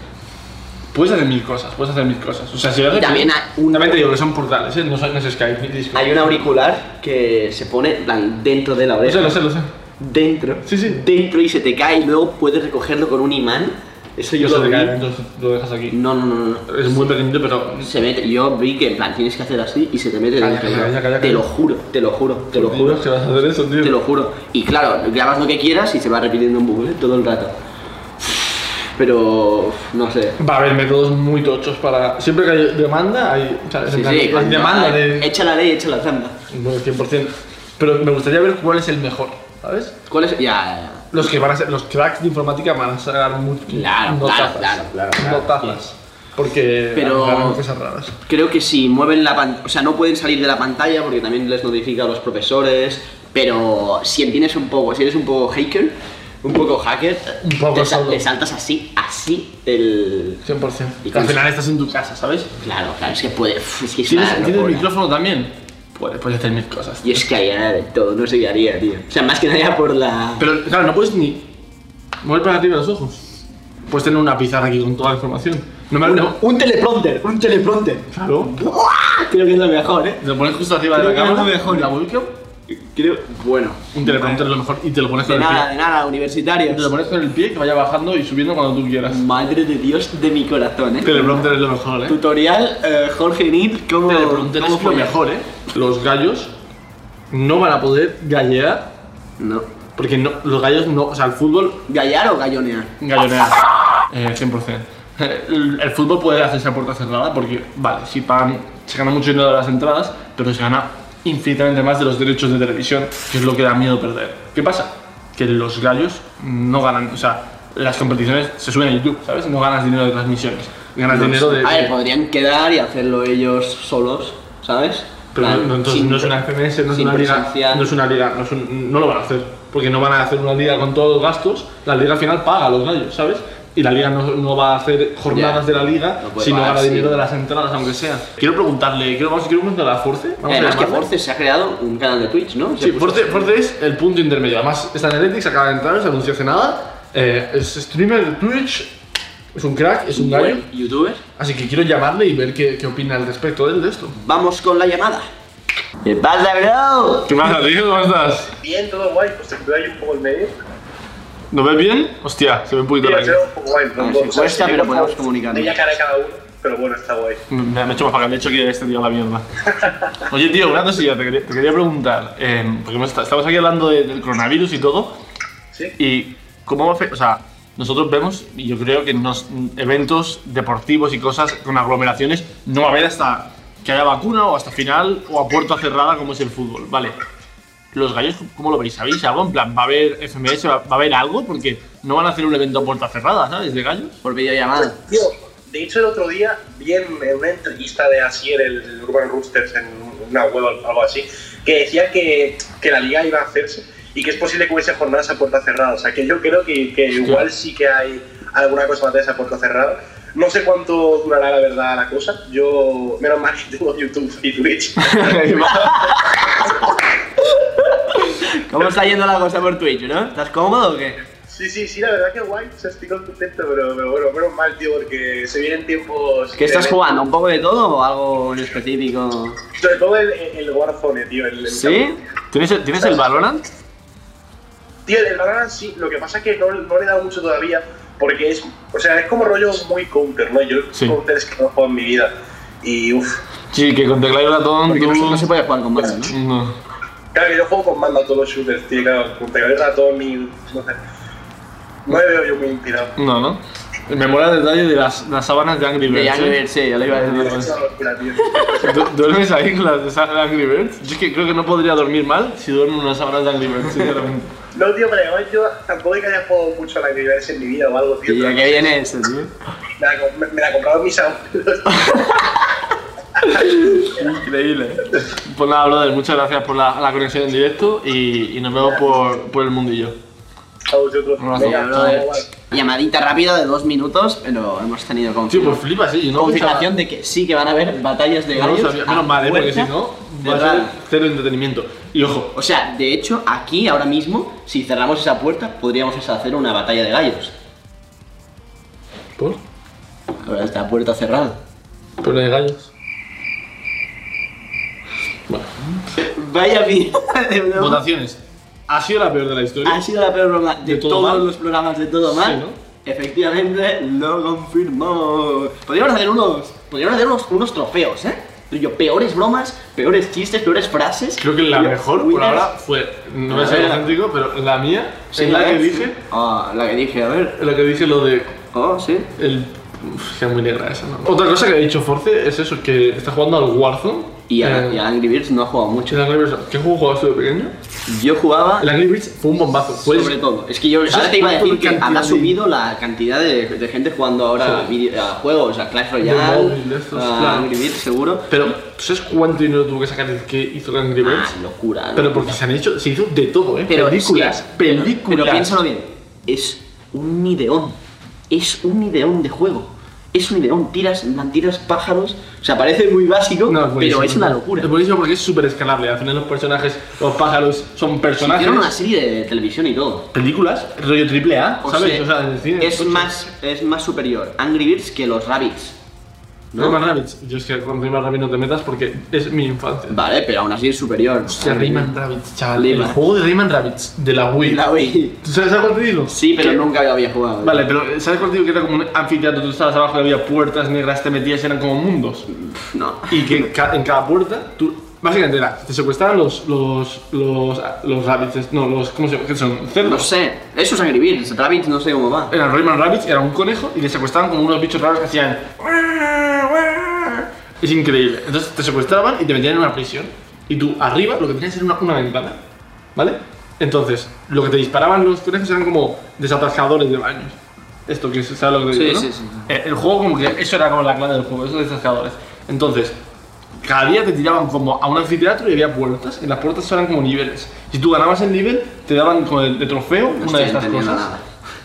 Speaker 1: Puedes hacer mil cosas, puedes hacer mil cosas. O sea, si lo haces
Speaker 3: también
Speaker 1: bien-
Speaker 3: hay un-
Speaker 1: También te digo que son portales, ¿eh? No, son- no es Skype ni Discord.
Speaker 3: Hay un auricular que se pone en plan, dentro de la
Speaker 1: Lo sé,
Speaker 3: oreja.
Speaker 1: lo sé, lo sé.
Speaker 3: dentro,
Speaker 1: Sí, sí.
Speaker 3: dentro y se te cae y luego puedes recogerlo con un imán. Eso yo
Speaker 1: Lo
Speaker 3: lo
Speaker 1: de
Speaker 3: vi.
Speaker 1: acá, entonces lo dejas aquí.
Speaker 3: No, no, no, no, no.
Speaker 1: Es muy pequeñito, pero
Speaker 3: Se mete, yo vi que en plan tienes que hacer así y se te mete
Speaker 1: Calla,
Speaker 3: dentro.
Speaker 1: calla, calla, calla.
Speaker 3: Te lo juro, te lo juro, te lo juro.
Speaker 1: que vas a hacer eso, tío.
Speaker 3: Te lo juro. Y claro, grabas lo que quieras y se va repitiendo en bucle todo el rato. Pero no sé.
Speaker 1: Va a haber métodos muy tochos para. Siempre que hay demanda, hay. O sea, es
Speaker 3: Sí,
Speaker 1: en plan,
Speaker 3: sí,
Speaker 1: hay
Speaker 3: cuando-
Speaker 1: demanda de.
Speaker 3: Echa la ley, echa la trampa.
Speaker 1: Bueno, 100%. Pero me gustaría ver cuál es el mejor, ¿sabes?
Speaker 3: ¿Cuál es? Ya, ya,
Speaker 1: Los que van a ser. Los cracks de informática van a sacar mucho.
Speaker 3: Claro, claro, claro, claro, claro,
Speaker 1: Notazas. Porque.
Speaker 3: Pero-
Speaker 1: harán cosas raras.
Speaker 3: ya. Creo que si mueven la pantalla, o sea, no pueden salir de la pantalla porque también les notifica a los profesores, pero si tienes un poco, si eres un poco hacker, un poco hacker,
Speaker 1: Un poco
Speaker 3: te, sa-
Speaker 1: solo.
Speaker 3: te saltas así, así el
Speaker 1: 100%.
Speaker 3: Y
Speaker 1: Al
Speaker 3: con-
Speaker 1: final estás en tu casa, ¿sabes?
Speaker 3: Claro, claro, es que puede, es que es
Speaker 1: ¿Tienes,
Speaker 3: una
Speaker 1: ¿tienes
Speaker 3: locura.
Speaker 1: micrófono también? Puedes, puedes hacer mil cosas.
Speaker 3: Yo es que haría de todo, no sé qué haría, tío. O sea, más que nada por la...
Speaker 1: Pero claro, no puedes ni mover para arriba los ojos. Puedes tener una pizarra aquí con toda la información. No me no.
Speaker 3: Un teleprompter, un teleprompter.
Speaker 1: Claro.
Speaker 3: ¡Buah! Creo que es lo mejor, eh.
Speaker 1: Lo pones justo arriba de
Speaker 3: Creo
Speaker 1: la
Speaker 3: que es
Speaker 1: cámara,
Speaker 3: lo mejor.
Speaker 1: la webcam,
Speaker 3: Creo... Bueno.
Speaker 1: un teleprompter es lo mejor y te lo pones
Speaker 3: De
Speaker 1: con el
Speaker 3: nada,
Speaker 1: pie.
Speaker 3: de nada,
Speaker 1: Te lo
Speaker 3: universitarios.
Speaker 1: pones con el pie que vaya bajando y subiendo cuando tú quieras.
Speaker 3: Madre de Dios de mi corazón, eh.
Speaker 1: Teleprompter es lo mejor, eh.
Speaker 3: Tutorial eh, Jorge Nid, cómo.
Speaker 1: Teleprompter
Speaker 3: cómo
Speaker 1: es lo
Speaker 3: follar.
Speaker 1: mejor, eh. Los gallos no van a poder gallear
Speaker 3: No.
Speaker 1: porque no, los gallos no, o sea, el fútbol
Speaker 3: ¿Gallar o gallonear?
Speaker 1: Gallonear. Eh, 100%. El, el fútbol puede hacerse a puerta cerrada porque, vale, si pagan, se gana mucho dinero de las entradas, pero se gana infinitamente más de los derechos de televisión, que es lo que da miedo perder. ¿Qué pasa? Que los gallos no ganan, o sea, las competiciones se suben a YouTube, ¿sabes? No ganas dinero de transmisiones, ganas dinero de...
Speaker 3: A ver, podrían quedar y hacerlo ellos solos, ¿sabes?
Speaker 1: pero
Speaker 3: Plan,
Speaker 1: no, entonces
Speaker 3: sin- Eh,
Speaker 1: no es una FMS, no es
Speaker 3: sin
Speaker 1: una liga,
Speaker 3: presencial.
Speaker 1: no es una liga, no, es un- no lo van a hacer, porque no van a hacer una liga con todos los gastos, la liga al final paga a los gallos, ¿sabes? Y la liga no, no va a hacer jornadas
Speaker 3: Ya.
Speaker 1: de la liga
Speaker 3: No
Speaker 1: sino
Speaker 3: puede
Speaker 1: si no
Speaker 3: pagar,
Speaker 1: gana
Speaker 3: sí.
Speaker 1: dinero de las entradas, aunque sea. Quiero preguntarle, quiero, vamos, quiero preguntarle a Force. vamos a
Speaker 3: Además Eh, que
Speaker 1: llamarle.
Speaker 3: Force se ha creado un canal de Twitch, ¿no? Se
Speaker 1: Sí,
Speaker 3: puso-
Speaker 1: Force, Force es el punto intermedio. Además, está en Electric, se acaba de entrar, no se anunció hace nada. Eh, es streamer de Twitch, es un crack, es un gallo.
Speaker 3: Buen youtuber.
Speaker 1: Así que quiero llamarle y ver qué, qué opina al respecto de él de esto.
Speaker 3: Vamos con la llamada. Eh, ¿Qué pasa, bro?
Speaker 1: ¿Qué pasa, tío? ¿Cómo estás?
Speaker 4: Bien, todo guay, pues te quedo ahí un poco en medio.
Speaker 1: ¿Lo ves bien? Hostia, se ve un poquito
Speaker 4: Sí,
Speaker 1: la
Speaker 4: ha sido un poco guay, pero
Speaker 3: Ah,
Speaker 4: bueno,
Speaker 3: sí,
Speaker 4: o sea,
Speaker 3: cuesta,
Speaker 4: sí,
Speaker 3: pero
Speaker 4: por
Speaker 3: podemos
Speaker 4: favor,
Speaker 3: comunicarnos.
Speaker 4: Media cara cada uno, pero bueno, está guay.
Speaker 1: Me me he hecho más para acá, le he hecho que este tío a la mierda. Oye, tío, una cosilla, te quería, te quería preguntar. eh, porque hemos esta- estamos aquí hablando de- del coronavirus y todo.
Speaker 4: Sí.
Speaker 1: Y cómo afe- O sea, nosotros vemos, y yo creo que en los eventos deportivos y cosas con aglomeraciones no va a haber hasta que haya vacuna o hasta final o a puerta cerrada como es el fútbol. Vale. Los gallos, ¿cómo lo veis? ¿Sabéis algo? En plan, ¿va a haber FMS? ¿Va va a haber algo? Porque no van a hacer un evento a puerta cerrada, ¿sabes? De gallos.
Speaker 3: Por videollamada.
Speaker 4: Tío, de hecho el otro día vi en, en una entrevista de Asier, el, el Urban Roosters, en una web o algo así, que decía que, que la liga iba a hacerse y que es posible que hubiese jornadas a puerta cerrada. O sea, que yo creo que, que igual sí que hay alguna cosa más de esa puerta cerrada. No sé cuánto durará la verdad la cosa. Yo, menos mal que tengo YouTube y Twitch.
Speaker 3: ¿Cómo está yendo la cosa por Twitch, no? ¿Estás cómodo o qué?
Speaker 4: Sí, sí, sí, la verdad que guay, se estoy contento, pero, pero bueno, menos mal, tío, porque se vienen tiempos...
Speaker 3: ¿Qué estás
Speaker 4: de-
Speaker 3: jugando? ¿Un poco de todo o algo en específico?
Speaker 4: Sobre todo el, el Warzone, tío. El, el-
Speaker 3: ¿Sí?
Speaker 1: ¿Tienes el, ¿Tienes el Valorant?
Speaker 4: Tío, el Valorant sí, lo que pasa es que no, no le he dado mucho todavía, porque es, o sea, es como rollo muy counter, ¿no? Yo
Speaker 1: Sí.
Speaker 4: counter es que no he jugado en mi vida, y uff.
Speaker 1: Sí, que con teclado y ratón
Speaker 3: Porque no,
Speaker 1: tú-
Speaker 3: se- no se puede jugar con mando, ¿no?
Speaker 1: No.
Speaker 4: Claro que yo juego con mando a todos los shooters, tío, claro, con teclado y ratón y... no sé. No me veo yo muy inspirado.
Speaker 1: No, no. Me mola el detalle de las, las sábanas de Angry
Speaker 3: De
Speaker 1: Birds.
Speaker 3: Angry
Speaker 1: ¿eh?
Speaker 3: Birds, sí, yo lo iba a
Speaker 4: Es
Speaker 3: decir.
Speaker 4: una locura, tío.
Speaker 1: Du- ¿Duermes ahí con las de sa- de Angry Birds? Yo es que creo que no podría dormir mal si duermo en unas sábanas de Angry Birds, sinceramente.
Speaker 4: No, tío, pero además yo tampoco es que haya jugado mucho a la Birds en mi vida o algo, tío.
Speaker 3: Tío,
Speaker 4: pero
Speaker 3: qué bien eso, tío.
Speaker 4: Me la, com- me la compraron mis abuelos.
Speaker 1: Increíble. Pues nada, brother, muchas gracias por la, la conexión en directo y, y nos vemos por, por el mundillo.
Speaker 4: A vosotros.
Speaker 1: Un abrazo.
Speaker 4: Venga,
Speaker 1: Chao.
Speaker 4: chao, guay.
Speaker 3: Llamadita rápida de dos minutos, pero hemos tenido
Speaker 1: Tío,
Speaker 3: confirmación.
Speaker 1: pues flipas, sí. Yo no
Speaker 3: Confirmación de que sí que van a haber batallas de
Speaker 1: pensaba- no
Speaker 3: gallos.
Speaker 1: lo sabía.
Speaker 3: a
Speaker 1: Menos mal, ¿eh? porque si
Speaker 3: puerta
Speaker 1: no, va a ser
Speaker 3: cerrada.
Speaker 1: cero entretenimiento. Y ojo,
Speaker 3: O sea, de hecho, aquí ahora mismo, si cerramos esa puerta, podríamos hacer una batalla de gallos.
Speaker 1: ¿por?
Speaker 3: Ahora está puerta cerrada.
Speaker 1: Por lo de gallos.
Speaker 3: Vaya mierda de broma.
Speaker 1: Votaciones. Ha sido la peor de la historia.
Speaker 3: Ha sido la peor broma de,
Speaker 1: De todo
Speaker 3: todos
Speaker 1: mal.
Speaker 3: los programas de todo mal.
Speaker 1: Sí, ¿no?
Speaker 3: Efectivamente, lo confirmó. Podríamos hacer unos. Podríamos hacer unos, unos trofeos, ¿eh? Tú y yo, peores bromas, peores chistes, peores frases.
Speaker 1: Creo que la
Speaker 3: Yo,
Speaker 1: mejor por
Speaker 3: winners.
Speaker 1: ahora fue, no voy a
Speaker 3: A
Speaker 1: ser
Speaker 3: ver.
Speaker 1: auténtico, pero la mía
Speaker 3: Sí,
Speaker 1: es la que
Speaker 3: ¿eh?
Speaker 1: dije,
Speaker 3: Ah, la que dije, a ver.
Speaker 1: la que dije lo de
Speaker 3: Oh, sí.
Speaker 1: el Uf, que es muy negra esa, ¿no? Otra cosa que ha dicho Force es eso, que está jugando al Warzone.
Speaker 3: Y a,
Speaker 1: Eh,
Speaker 3: y a Angry Birds no ha jugado mucho.
Speaker 1: el Angry Birds. ¿Qué juego jugabas tú de pequeño?
Speaker 3: Yo jugaba
Speaker 1: El Angry Birds fue un bombazo. Puedes-
Speaker 3: sobre todo. Es que yo
Speaker 1: ¿Sabes
Speaker 3: ahora te iba a
Speaker 1: cuánto
Speaker 3: decir que
Speaker 1: cantidad
Speaker 3: habrá
Speaker 1: de-
Speaker 3: subido la cantidad de, de gente jugando ahora a,
Speaker 1: Joder.
Speaker 3: vide- a juegos, a Clash
Speaker 1: móvil,
Speaker 3: Royale,
Speaker 1: de estos, claro.
Speaker 3: a Angry Birds seguro.
Speaker 1: Pero, ¿tú sabes cuánto dinero tuvo que sacar el que hizo el Angry Birds?
Speaker 3: Ah, locura.
Speaker 1: pero
Speaker 3: locura.
Speaker 1: porque se han hecho, se hizo de todo, ¿eh?
Speaker 3: Pero es
Speaker 1: películas,
Speaker 3: que- pero-
Speaker 1: películas.
Speaker 3: Pero, piénsalo bien, es un ideón, es un ideón de juego. Es un ideón, tiras, tiras pájaros, o sea, parece muy básico,
Speaker 1: No, es buenísimo.
Speaker 3: pero es una locura.
Speaker 1: Es buenísimo porque es súper escalable. Al final los personajes, los pájaros, son personajes.
Speaker 3: Hicieron una serie de televisión y todo.
Speaker 1: Películas, rollo triple A,
Speaker 3: O
Speaker 1: ¿sabes?
Speaker 3: sea,
Speaker 1: o sea, en el cine,
Speaker 3: Pues es,
Speaker 1: coche.
Speaker 3: más, es más superior Angry Birds que los Rabbits.
Speaker 1: ¿No? Rayman Rabbids. Yo es que con Rayman Rabbids no te metas porque es mi infancia.
Speaker 3: Vale, pero aún así es superior.
Speaker 1: Hostia, Rayman Rabbids, chaval.
Speaker 3: Rayman.
Speaker 1: El juego de Rayman Rabbids, de la Wii.
Speaker 3: La Wii.
Speaker 1: ¿Tú sabes a cuál te digo?
Speaker 3: Sí, pero
Speaker 1: Que-
Speaker 3: nunca lo había jugado.
Speaker 1: Vale, pero ¿sabes cuál te digo? Que era como un anfiteatro, tú estabas abajo y había puertas negras, te metías, eran como mundos.
Speaker 3: No.
Speaker 1: Y que en, ca- en cada puerta, tú. Básicamente era, te secuestraban los. los. los. los rabbits, no, los. ¿Cómo se llama? ¿Qué son? Cerdos.
Speaker 3: No sé, eso es Angry Birds, Rabbits no sé cómo va.
Speaker 1: Era Rayman Rabbit, era un conejo y le secuestraban como unos bichos raros que hacían. Es increíble. Entonces te secuestraban y te metían en una prisión. Y tú arriba lo que tenías era una, una ventana. ¿Vale? Entonces, lo que te disparaban los conejos eran como desatascadores de baños. Esto que es, ¿sabes lo que te
Speaker 3: Sí,
Speaker 1: digo? no?
Speaker 3: sí, sí, sí.
Speaker 1: Eh, El juego, como que eso era como la clave del juego, esos desatascadores. Entonces, cada día te tiraban como a un anfiteatro y había puertas. Y las puertas eran como niveles. Si tú ganabas el nivel, te daban como de, de trofeo
Speaker 3: No
Speaker 1: una
Speaker 3: estoy
Speaker 1: de estas
Speaker 3: entendiendo
Speaker 1: cosas.
Speaker 3: nada.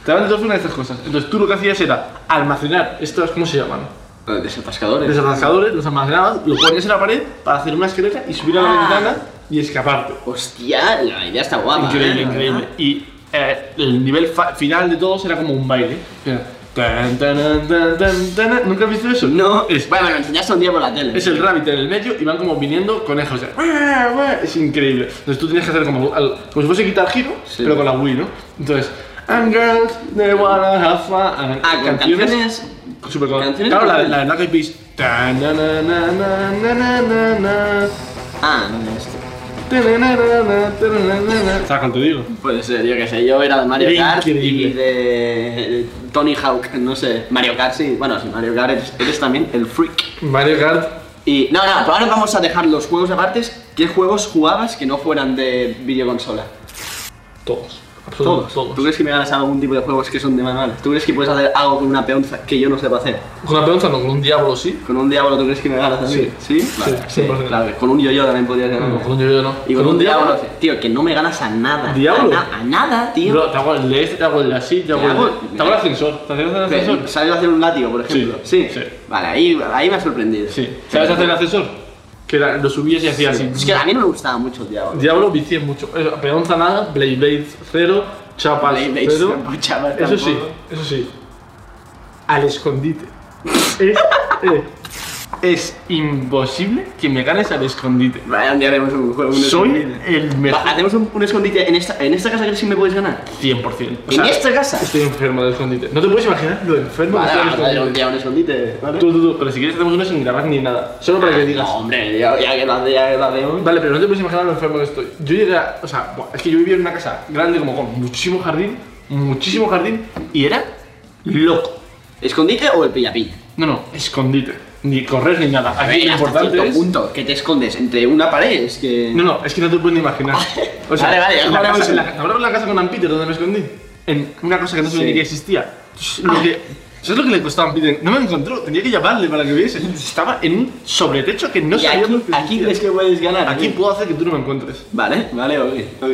Speaker 1: Te daban entonces una de estas cosas. Entonces tú lo que hacías era almacenar estos, ¿cómo se llaman?
Speaker 3: Eh, Desatascadores.
Speaker 1: Desatascadores, los almacenabas, lo ponías en la pared para hacer una escalera y subir a la
Speaker 3: Ah.
Speaker 1: ventana y escaparte.
Speaker 3: Hostia, la idea está guapa.
Speaker 1: increíble,
Speaker 3: ¿eh?
Speaker 1: increíble. Y eh, el nivel fa- final de todos era como un baile. Era tan, tan, tan, tan, tan. ¿Nunca has visto eso?
Speaker 3: No,
Speaker 1: Es,
Speaker 3: bueno, me lo enseñaste un día por la tele.
Speaker 1: es el rabbit en el medio y van como viniendo conejos. o sea, Es increíble. Entonces tú tienes que hacer como, al- como si fuese quitar giro,
Speaker 3: Sí.
Speaker 1: pero con la Wii, ¿no? Entonces, and girls, they wanna have fun.
Speaker 3: Ah, con canciones.
Speaker 1: Super con-
Speaker 3: Canciones
Speaker 1: Claro, la,
Speaker 3: con-
Speaker 1: la de Black Eyed Peas. Ta, na, na, na, na, na, na, na, na.
Speaker 3: Ah, no es esto.
Speaker 1: Ta, na, na, na, na, ta, na, na, na, na. ¿Sabes cuál te digo?
Speaker 3: Puede ser, yo qué sé, yo era de Mario
Speaker 1: Era
Speaker 3: Kart
Speaker 1: increíble.
Speaker 3: y de, de Tony Hawk, no sé. Mario Kart, sí, bueno, sí, Mario Kart eres, eres también el freak.
Speaker 1: Mario Kart.
Speaker 3: Y no, no, pero ahora vamos a dejar los juegos aparte. ¿Qué juegos jugabas que no fueran de videoconsola?
Speaker 1: Todos. Absolutamente todos.
Speaker 3: ¿Tú crees que me ganas algún tipo de juegos que son de manual? ¿Tú crees que puedes hacer algo con una peonza que yo no sepa hacer?
Speaker 1: Con una pregunta no, con un diablo sí.
Speaker 3: ¿Con un diablo tú crees que me ganas así? ¿Sí? Vale,
Speaker 1: sí,
Speaker 3: sí,
Speaker 1: 100%.
Speaker 3: claro. Con un yo-yo también podría ser.
Speaker 1: No, con un yo no.
Speaker 3: Y con, un diablo, tío, que no me ganas a nada.
Speaker 1: ¿Diablo?
Speaker 3: A, na- a nada, tío.
Speaker 1: Bro, te hago el de este, te hago el de así, te hago
Speaker 3: Te
Speaker 1: el
Speaker 3: hago-
Speaker 1: de- Te hago el ascensor. ¿Te haces el ascensor?
Speaker 3: Pero, ¿Sabes hacer un látigo, por ejemplo?
Speaker 1: Sí, sí.
Speaker 3: Vale, ahí, ahí me ha sorprendido.
Speaker 1: Sí. ¿Sabes hacer el ascensor? Que la- lo subías y hacías así.
Speaker 3: Es que a mí no me gustaba mucho el diablo.
Speaker 1: Diablo vicié mucho. Eso, Peonza nada, Blade Blade cero, chapas
Speaker 3: Blade Blade
Speaker 1: cero.
Speaker 3: tampoco, chapas
Speaker 1: eso sí,
Speaker 3: tampoco.
Speaker 1: eso sí. Al escondite. es, eh, es imposible que me ganes al escondite.
Speaker 3: Vale, un día haremos un juego. un
Speaker 1: Soy
Speaker 3: escondite.
Speaker 1: el
Speaker 3: Va,
Speaker 1: mejor.
Speaker 3: hacemos un, un escondite en esta, en esta casa que sí me puedes ganar.
Speaker 1: 100%. O
Speaker 3: ¿En
Speaker 1: sea,
Speaker 3: esta casa?
Speaker 1: Estoy enfermo del escondite. No te puedes imaginar lo enfermo
Speaker 3: Vale,
Speaker 1: que
Speaker 3: vale,
Speaker 1: estoy del
Speaker 3: vale, un
Speaker 1: escondite.
Speaker 3: día un escondite. ¿vale?
Speaker 1: Tú, tú, tú, pero si quieres hacemos uno sin grabar ni nada. Solo para que digas.
Speaker 3: No, hombre, ya, ya que lo hace, ya que lo hace hoy.
Speaker 1: Vale, pero no te puedes imaginar lo enfermo que estoy. Yo llegué a, O sea, buah, es que yo vivía en una casa grande, como con muchísimo jardín, muchísimo jardín, y era loco.
Speaker 3: ¿Escondite o el pillapilla?
Speaker 1: No, no, escondite. Ni correr ni nada.
Speaker 3: A
Speaker 1: Aquí
Speaker 3: ver,
Speaker 1: lo
Speaker 3: hasta
Speaker 1: importante
Speaker 3: cierto
Speaker 1: es.
Speaker 3: punto que te escondes entre una pared, es que...
Speaker 1: No, no, es que no te puedes ni imaginar.
Speaker 3: Vale, vale, ya
Speaker 1: en la
Speaker 3: hablamos
Speaker 1: casa-
Speaker 3: en-
Speaker 1: la- hablamos en la casa con Ampiter donde me escondí. En una cosa que no sabía
Speaker 3: Sí.
Speaker 1: ni que existía. Lo que- ¿Sabes lo que le costó a Ampiter? No me encontró, tenía que llamarle para que viese. Estaba en un sobretecho que no
Speaker 3: y
Speaker 1: sabía
Speaker 3: aquí,
Speaker 1: lo que
Speaker 3: aquí
Speaker 1: existía.
Speaker 3: crees que puedes ganar.
Speaker 1: Aquí
Speaker 3: ¿no?
Speaker 1: puedo hacer que tú no me encuentres.
Speaker 3: Vale, vale, ok, ok.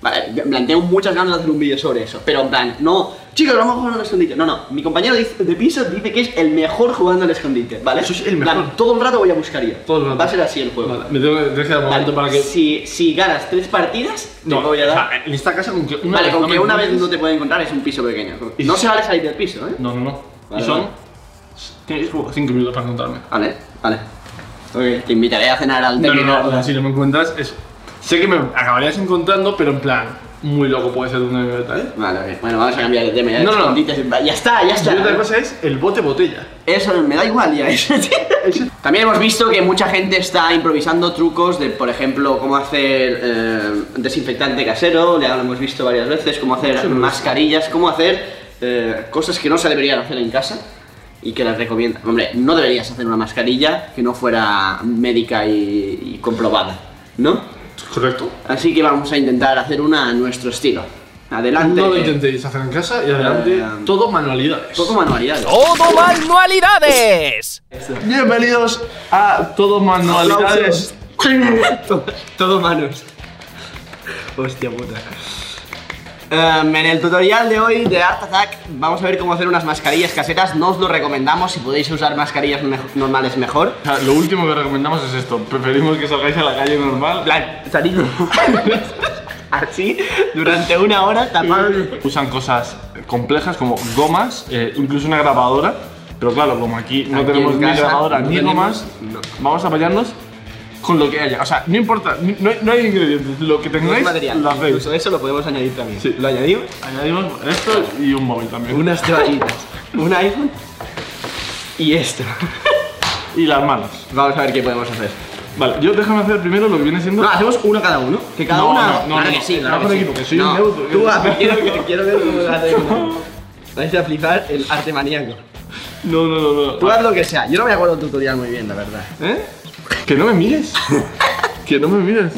Speaker 3: Vale, me planteo muchas ganas de hacer un vídeo sobre eso, pero en plan, no, chicos, vamos a jugar al escondite. No, no, mi compañero dice- de piso dice que es el mejor jugando al escondite, ¿vale?
Speaker 1: Eso es el
Speaker 3: En plan,
Speaker 1: mejor.
Speaker 3: todo el rato voy a buscar yo.
Speaker 1: Todo el rato.
Speaker 3: Va a ser así el juego.
Speaker 1: Vale, me tengo que tengo que dar un
Speaker 3: Vale,
Speaker 1: momento para que.
Speaker 3: si, si ganas tres partidas, te voy a
Speaker 1: o
Speaker 3: dar.
Speaker 1: sea, en esta casa con que una
Speaker 3: vale,
Speaker 1: vez
Speaker 3: con
Speaker 1: no
Speaker 3: que
Speaker 1: me
Speaker 3: una vez no
Speaker 1: encuentres-
Speaker 3: te puede encontrar es un piso pequeño.
Speaker 1: Y
Speaker 3: No
Speaker 1: si-
Speaker 3: se vale salir del piso, ¿eh?
Speaker 1: No, no, no.
Speaker 3: Vale,
Speaker 1: y son.
Speaker 3: vale.
Speaker 1: Tienes como 5 minutos para encontrarme.
Speaker 3: Vale, vale. Ok, te invitaré a cenar al
Speaker 1: No, no,
Speaker 3: terminar.
Speaker 1: no, o sea, si no me encuentras es. Sé que me acabarías encontrando, pero en plan, muy loco puede ser una libertad. ¿eh?
Speaker 3: Vale, ok. Bueno, vamos a cambiar de tema. Ya
Speaker 1: No, no, no.
Speaker 3: Dices, Ya está, ya
Speaker 1: Y
Speaker 3: está.
Speaker 1: otra cosa es el bote botella.
Speaker 3: Eso me da igual ya. eso. También hemos visto que mucha gente está improvisando trucos de, por ejemplo, cómo hacer eh, desinfectante casero, ya lo hemos visto varias veces, cómo hacer
Speaker 1: Sí, lo he
Speaker 3: mascarillas, cómo hacer eh, cosas que no se deberían hacer en casa y que les recomienda. Hombre, no deberías hacer una mascarilla que no fuera médica y, y comprobada, ¿no?
Speaker 1: ¿Correcto?
Speaker 3: Así que vamos a intentar hacer una a nuestro estilo. Adelante.
Speaker 1: No lo intentéis hacer en casa y adelante,
Speaker 3: Eh,
Speaker 1: todo manualidades.
Speaker 3: Poco manualidades.
Speaker 5: ¡Todo manualidades!
Speaker 1: Bienvenidos a Todo Manualidades.
Speaker 3: Todo manos. Hostia puta. Em, en el tutorial de hoy de Art Attack vamos a ver cómo hacer unas mascarillas caseras. No os lo recomendamos si podéis usar mascarillas mej- normales mejor.
Speaker 1: O sea, lo último que recomendamos es esto. Preferimos que salgáis a la calle normal.
Speaker 3: Plan, salid así durante una hora tapado.
Speaker 1: Usan cosas complejas como gomas, eh, incluso una grabadora. Pero claro, como aquí no
Speaker 3: Aquí
Speaker 1: tenemos
Speaker 3: en
Speaker 1: ni
Speaker 3: casa
Speaker 1: grabadora
Speaker 3: no
Speaker 1: ni
Speaker 3: tenemos-
Speaker 1: gomas,
Speaker 3: no.
Speaker 1: vamos a apoyarnos con lo que haya. O sea, no importa, ni- no hay, no hay ingredientes. Lo que
Speaker 3: No es
Speaker 1: tengáis,
Speaker 3: material.
Speaker 1: lo hacéis.
Speaker 3: Incluso eso lo podemos añadir también.
Speaker 1: Sí.
Speaker 3: Lo añadimos.
Speaker 1: Añadimos esto y un móvil también.
Speaker 3: Unas toallitas, un iPhone y esto.
Speaker 1: Y las manos.
Speaker 3: Vamos a ver qué podemos hacer.
Speaker 1: Vale, yo déjame hacer primero lo que viene siendo.
Speaker 3: No, hacemos uno cada uno. Que cada
Speaker 1: No,
Speaker 3: uno.
Speaker 1: no, no,
Speaker 3: claro
Speaker 1: no,
Speaker 3: que sí,
Speaker 1: no,
Speaker 3: claro
Speaker 1: no,
Speaker 3: que
Speaker 1: por
Speaker 3: sí.
Speaker 1: equipo, que soy un neutro, que-
Speaker 3: Tú, ah, quiero, quiero ver cómo lo haces. Vais a flipar el arte maníaco.
Speaker 1: No, no, no, no.
Speaker 3: Tú haz lo que sea. Yo no me acuerdo el tutorial muy bien, la verdad.
Speaker 1: ¿Eh? Que no me mires. que no me mires.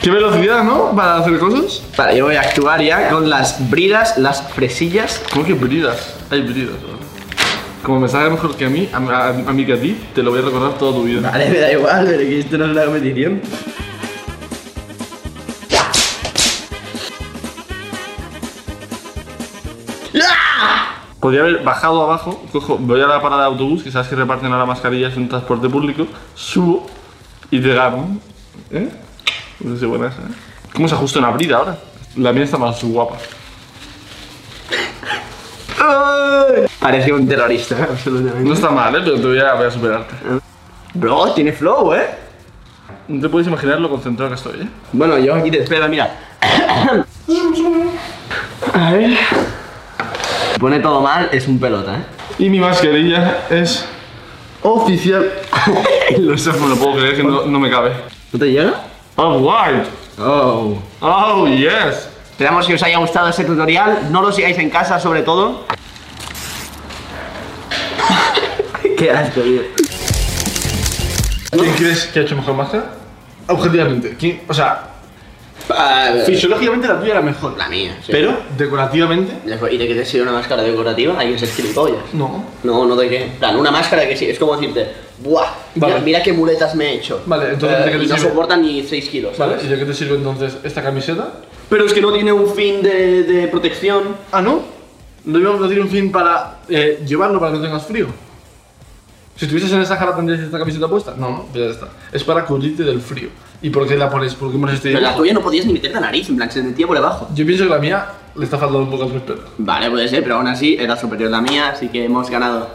Speaker 1: Qué velocidad, ¿no? Para hacer cosas.
Speaker 3: Vale, yo voy a actuar ya con las bridas, las fresillas.
Speaker 1: ¿Cómo que bridas? Hay bridas, ¿no? Como me salga mejor que a mí, a, a- a mí que a ti, te lo voy a recordar toda tu vida.
Speaker 3: Vale, me da igual, pero que esto no es una competición.
Speaker 1: Podría haber bajado abajo, cojo, voy a la parada de autobús, que sabes que reparten ahora mascarillas en transporte público, subo y llegar. ¿Eh? No sé, buenas, ¿eh? ¿Cómo se ajusta una brida ahora? La mía está más guapa.
Speaker 3: Parece un terrorista, absolutamente.
Speaker 1: No está mal, ¿eh? Pero te voy a, voy a superarte.
Speaker 3: Bro, tiene flow, eh.
Speaker 1: No te puedes imaginar lo concentrado que estoy, ¿eh?
Speaker 3: Bueno, yo aquí te espero, mira. A ver. Pone todo mal, es un pelota, eh.
Speaker 1: Y mi mascarilla es oficial. Lo sé, me lo puedo creer que no, no me cabe.
Speaker 3: ¿No te llega?
Speaker 1: Oh, guay.
Speaker 3: Oh.
Speaker 1: Oh, yes.
Speaker 3: Esperamos que os haya gustado este tutorial. No lo sigáis en casa, sobre todo. Qué asco, tío.
Speaker 1: ¿Quién crees que ha hecho mejor máscara? Objetivamente. ¿Quién? O sea, fisiológicamente la tuya era mejor.
Speaker 3: La mía, sí.
Speaker 1: Pero decorativamente,
Speaker 3: ¿Y de que te sirve una máscara decorativa? Hay que ser gilipollas.
Speaker 1: no.
Speaker 3: No, no de qué. En plan, una máscara que sí. Es como decirte, ¡buah! Mira,
Speaker 1: Vale.
Speaker 3: mira qué muletas me he hecho.
Speaker 1: Vale, entonces, ¿de qué
Speaker 3: Eh,
Speaker 1: te
Speaker 3: y no
Speaker 1: sirve?
Speaker 3: soportan ni 6 kilos.
Speaker 1: Vale, ¿y de qué te sirve entonces esta camiseta?
Speaker 3: Pero es que no tiene un fin de, de protección.
Speaker 1: Ah, ¿no? No íbamos a decir un fin para eh, llevarlo para que no tengas frío. Si estuvieses en esa jara tendrías esta camiseta puesta. No, no, pues ya está. Es para cubrirte del frío. ¿Y por qué la pones? ¿Por qué pones este
Speaker 3: Pero la
Speaker 1: dibujo?
Speaker 3: tuya no podías ni meter la nariz, en plan, se te metía por debajo.
Speaker 1: Yo pienso que la mía le está faltando un poco al respeto.
Speaker 3: Vale, puede ser, pero aún así era superior la mía, así que hemos ganado.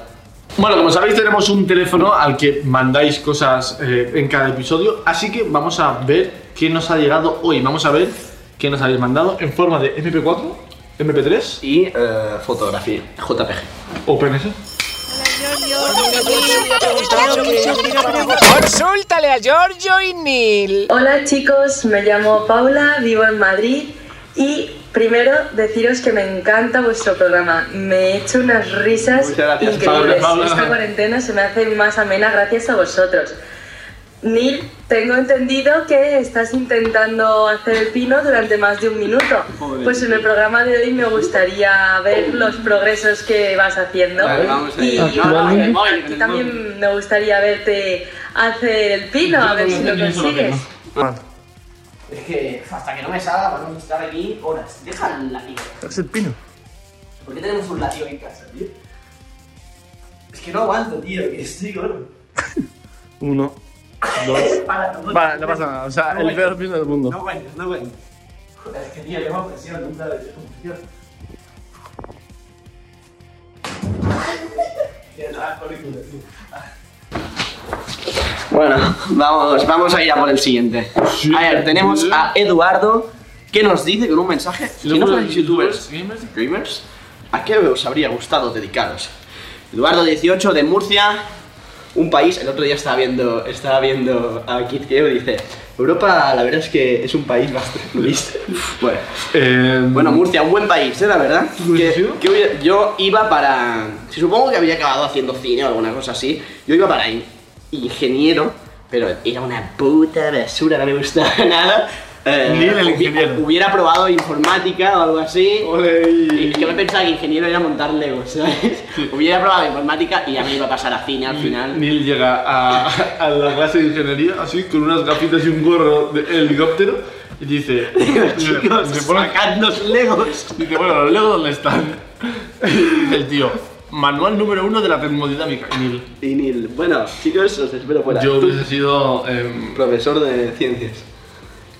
Speaker 1: Bueno, como sabéis tenemos un teléfono al que mandáis cosas eh, en cada episodio, así que vamos a ver qué nos ha llegado hoy. Vamos a ver qué nos habéis mandado en forma de MP4, MP3
Speaker 3: Y eh, fotografía, JPG.
Speaker 1: o PNG.
Speaker 5: Consúltale a Giorgio y Neil.
Speaker 6: Hola chicos, me llamo Paula, vivo en Madrid y primero deciros que me encanta vuestro programa. Me he hecho unas risas
Speaker 3: Muchas gracias,
Speaker 1: Paula,
Speaker 6: increíbles.
Speaker 1: Paula.
Speaker 6: Esta cuarentena se me hace más amena gracias a vosotros. Neil, tengo entendido que estás intentando hacer el pino durante más de un minuto.
Speaker 3: Joder.
Speaker 6: Pues en el programa de hoy me gustaría ver los progresos que vas haciendo.
Speaker 3: Vale, vamos a
Speaker 6: y
Speaker 1: Ah,
Speaker 3: ir. No, no, en el móvil, en
Speaker 6: a ti
Speaker 3: el
Speaker 6: también me gustaría verte hacer el pino, a ver si lo consigues.
Speaker 1: Ah,
Speaker 3: Es que hasta que no me salga vamos a estar aquí horas. Deja el látigo.
Speaker 1: Es el pino.
Speaker 3: ¿Por qué tenemos un látigo en casa, tío? Es que no aguanto, tío, que estoy gordo.
Speaker 1: Uno, dos.
Speaker 3: Para todo.
Speaker 1: Vale, no pasa nada. O sea, el peor pino del mundo.
Speaker 3: No cuentes, no cuentes. Joder, es que tío, tengo presión, nunca he tenido presión. Tío, no, por el culo, tío. Bueno, vamos, vamos a ir a por el siguiente.
Speaker 1: Sí.
Speaker 3: A ver, tenemos a Eduardo que nos dice con un mensaje
Speaker 1: Si
Speaker 3: que
Speaker 1: no
Speaker 3: no
Speaker 1: fueran
Speaker 3: fuerais youtubers
Speaker 1: youtubers, gamers,
Speaker 3: gamers, ¿a qué os habría gustado dedicaros? Eduardo 18 de Murcia, un país, el otro día estaba viendo, estaba viendo a Kid Keo y dice, Europa la verdad es que es un país bastante listo. Bueno,
Speaker 1: eh,
Speaker 3: bueno, Murcia, un buen país, ¿eh? La verdad.
Speaker 1: Pues sí.
Speaker 3: Que, que hubiera- yo iba para. Si supongo que había acabado haciendo cine o alguna cosa así, yo iba para in- ingeniero, pero era una puta basura, no me gustaba nada. Eh,
Speaker 1: Ni el
Speaker 3: hubi-
Speaker 1: ingeniero.
Speaker 3: Hubiera probado informática o algo así. Y
Speaker 1: Ole.
Speaker 3: yo me pensaba que ingeniero era montar Lego, ¿sabes? Hubiera probado informática y ya me iba a pasar a cine al final.
Speaker 1: Neil llega a, a la clase de ingeniería así con unas gafitas y un gorro de helicóptero y dice,
Speaker 3: Chicos,
Speaker 1: se pone-
Speaker 3: sacadnos Legos.
Speaker 1: dice, bueno, los legos dónde están. Y dice el tío, manual número uno de la termodinámica. Y Neil,
Speaker 3: Y Neil, bueno, chicos, os espero fuera.
Speaker 1: yo
Speaker 3: Tú,
Speaker 1: hubiese sido em,
Speaker 3: profesor de ciencias.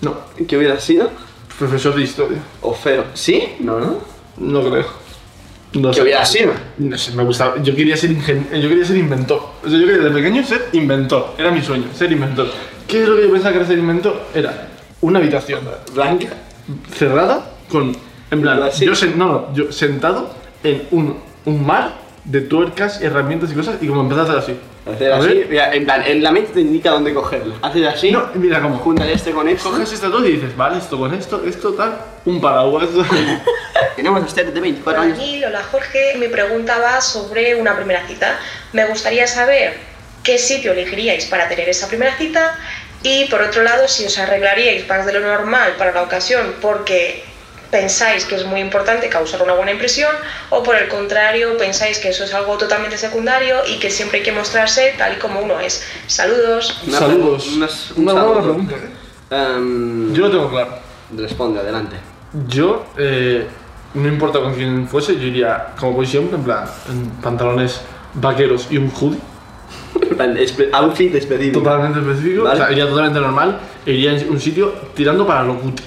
Speaker 1: no,
Speaker 3: ¿Qué hubiera sido?
Speaker 1: profesor de historia.
Speaker 3: O feo. ¿Sí? No, no.
Speaker 1: No creo. No
Speaker 3: Que hubiera sido.
Speaker 1: No sé, me gustaba. Yo quería ser ingen- yo quería ser inventor. O sea, yo quería de pequeño ser inventor. Era mi sueño, ser inventor. ¿Qué es lo que yo pensaba que era ser inventor? Era una habitación
Speaker 3: Blanca.
Speaker 1: cerrada con en plan,
Speaker 3: Así.
Speaker 1: yo sen- no, no, yo sentado en un, un mar de tuercas, herramientas y cosas y como empezar a hacer así.
Speaker 3: Hacer
Speaker 1: A
Speaker 3: así.
Speaker 1: ver.
Speaker 3: Mira, en plan, en la mente te indica dónde cogerlo. Haces así.
Speaker 1: No, mira cómo.
Speaker 3: Juntas este con esto.
Speaker 1: Coges estas dos y dices, vale, esto con esto, esto tal, un paraguas.
Speaker 3: Tenemos a Esther de 24
Speaker 7: Hola
Speaker 3: años.
Speaker 7: Gil, hola Jorge. Mi pregunta va sobre una primera cita. Me gustaría saber qué sitio elegiríais para tener esa primera cita y por otro lado si os arreglaríais más de lo normal para la ocasión porque pensáis que es muy importante causar una buena impresión o por el contrario pensáis que eso es algo totalmente secundario y que siempre hay que mostrarse tal y como uno es. Saludos.
Speaker 3: Una
Speaker 1: Saludos.
Speaker 3: pre- unas- un
Speaker 1: Una buena
Speaker 3: saludo.
Speaker 1: pregunta. ¿eh?
Speaker 3: Em,
Speaker 1: Yo lo tengo claro.
Speaker 3: Responde, adelante.
Speaker 1: Yo, eh, no importa con quién fuese, yo iría como posición, en plan, en pantalones vaqueros y un hoodie,
Speaker 3: En plan, espe- Outfit específico.
Speaker 1: totalmente específico,
Speaker 3: Vale.
Speaker 1: o sea, iría totalmente normal, e iría en un sitio tirando para lo cutre.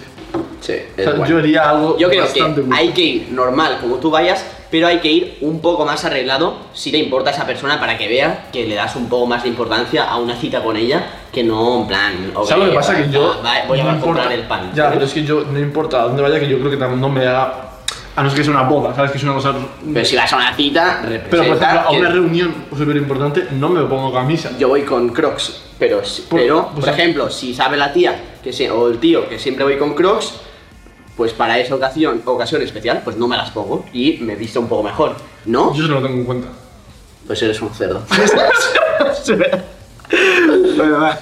Speaker 3: Sí, es
Speaker 1: O sea,
Speaker 3: guay.
Speaker 1: yo haría algo
Speaker 3: Yo creo que
Speaker 1: bastante cutre.
Speaker 3: hay que ir normal como tú vayas, pero hay que ir un poco más arreglado si te importa a esa persona para que vea que le das un poco más de importancia a una cita con ella que no en plan. ok,
Speaker 1: ¿Sabes lo que pasa?
Speaker 3: va,
Speaker 1: Que yo.
Speaker 3: va, voy a
Speaker 1: no
Speaker 3: comprar
Speaker 1: importa-
Speaker 3: el pan.
Speaker 1: Ya, pero es que yo no importa a dónde vaya, que yo creo que tam- no me haga. A no ser que sea una boda, ¿sabes? Que es una cosa.
Speaker 3: Pero si vas a una cita,
Speaker 1: Pero, por ejemplo,
Speaker 3: representa
Speaker 1: a una
Speaker 3: que-
Speaker 1: reunión súper importante no me pongo camisa.
Speaker 3: yo voy con Crocs, pero, si-
Speaker 1: Por-
Speaker 3: pero
Speaker 1: o
Speaker 3: por
Speaker 1: sea-
Speaker 3: ejemplo, si sabe la tía que se- o el tío que siempre voy con Crocs, pues para esa ocasión, ocasión especial, pues no me las pongo y me visto un poco mejor, ¿no?
Speaker 1: Yo eso no lo tengo en cuenta.
Speaker 3: Pues eres un cerdo. bueno, va.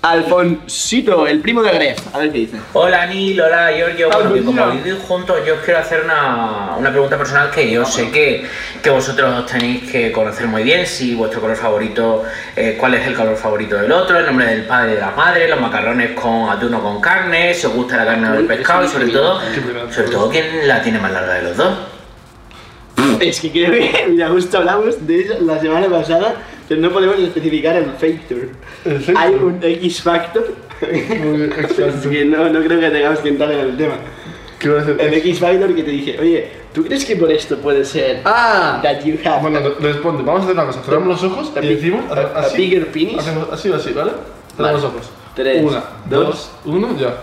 Speaker 3: Alfonsito, el primo de Gref. A ver qué dice.
Speaker 8: Hola Nil, hola Giorgio. Bueno, que como
Speaker 1: Alfonsino.
Speaker 8: vivís juntos, yo os quiero hacer una, una pregunta personal que yo sé que, que vosotros os tenéis que conocer muy bien. Si vuestro color favorito, eh, cuál es el color favorito del otro, el nombre del padre y de la madre, los macarrones con atún o con carne, si os gusta la carne o el
Speaker 3: Uy,
Speaker 8: pescado y
Speaker 3: eso
Speaker 8: sobre
Speaker 3: es
Speaker 8: todo,
Speaker 1: Qué pena.
Speaker 8: sobre todo quién la tiene más larga de los dos.
Speaker 3: Es que creo que, mira, justo hablamos de eso la semana pasada, pero no podemos especificar el factor.
Speaker 1: ¿El factor?
Speaker 3: Hay un X factor. Es
Speaker 1: exacto.
Speaker 3: que no, no creo que tengamos que entrar en el tema.
Speaker 1: ¿Qué voy a hacer?
Speaker 3: El X factor que te dije, oye, ¿tú crees que por esto puede ser
Speaker 1: ¡Ah!
Speaker 3: that you have
Speaker 1: Bueno, re- responde. Vamos a hacer una cosa. Cerramos los ojos
Speaker 3: A
Speaker 1: y
Speaker 3: big-
Speaker 1: decimos
Speaker 3: a- a
Speaker 1: así.
Speaker 3: bigger penis.
Speaker 1: Hacemos así o así, ¿vale? Cerramos
Speaker 3: Vale.
Speaker 1: los ojos.
Speaker 3: Tres,
Speaker 1: Una,
Speaker 3: dos.
Speaker 1: dos, uno, ya.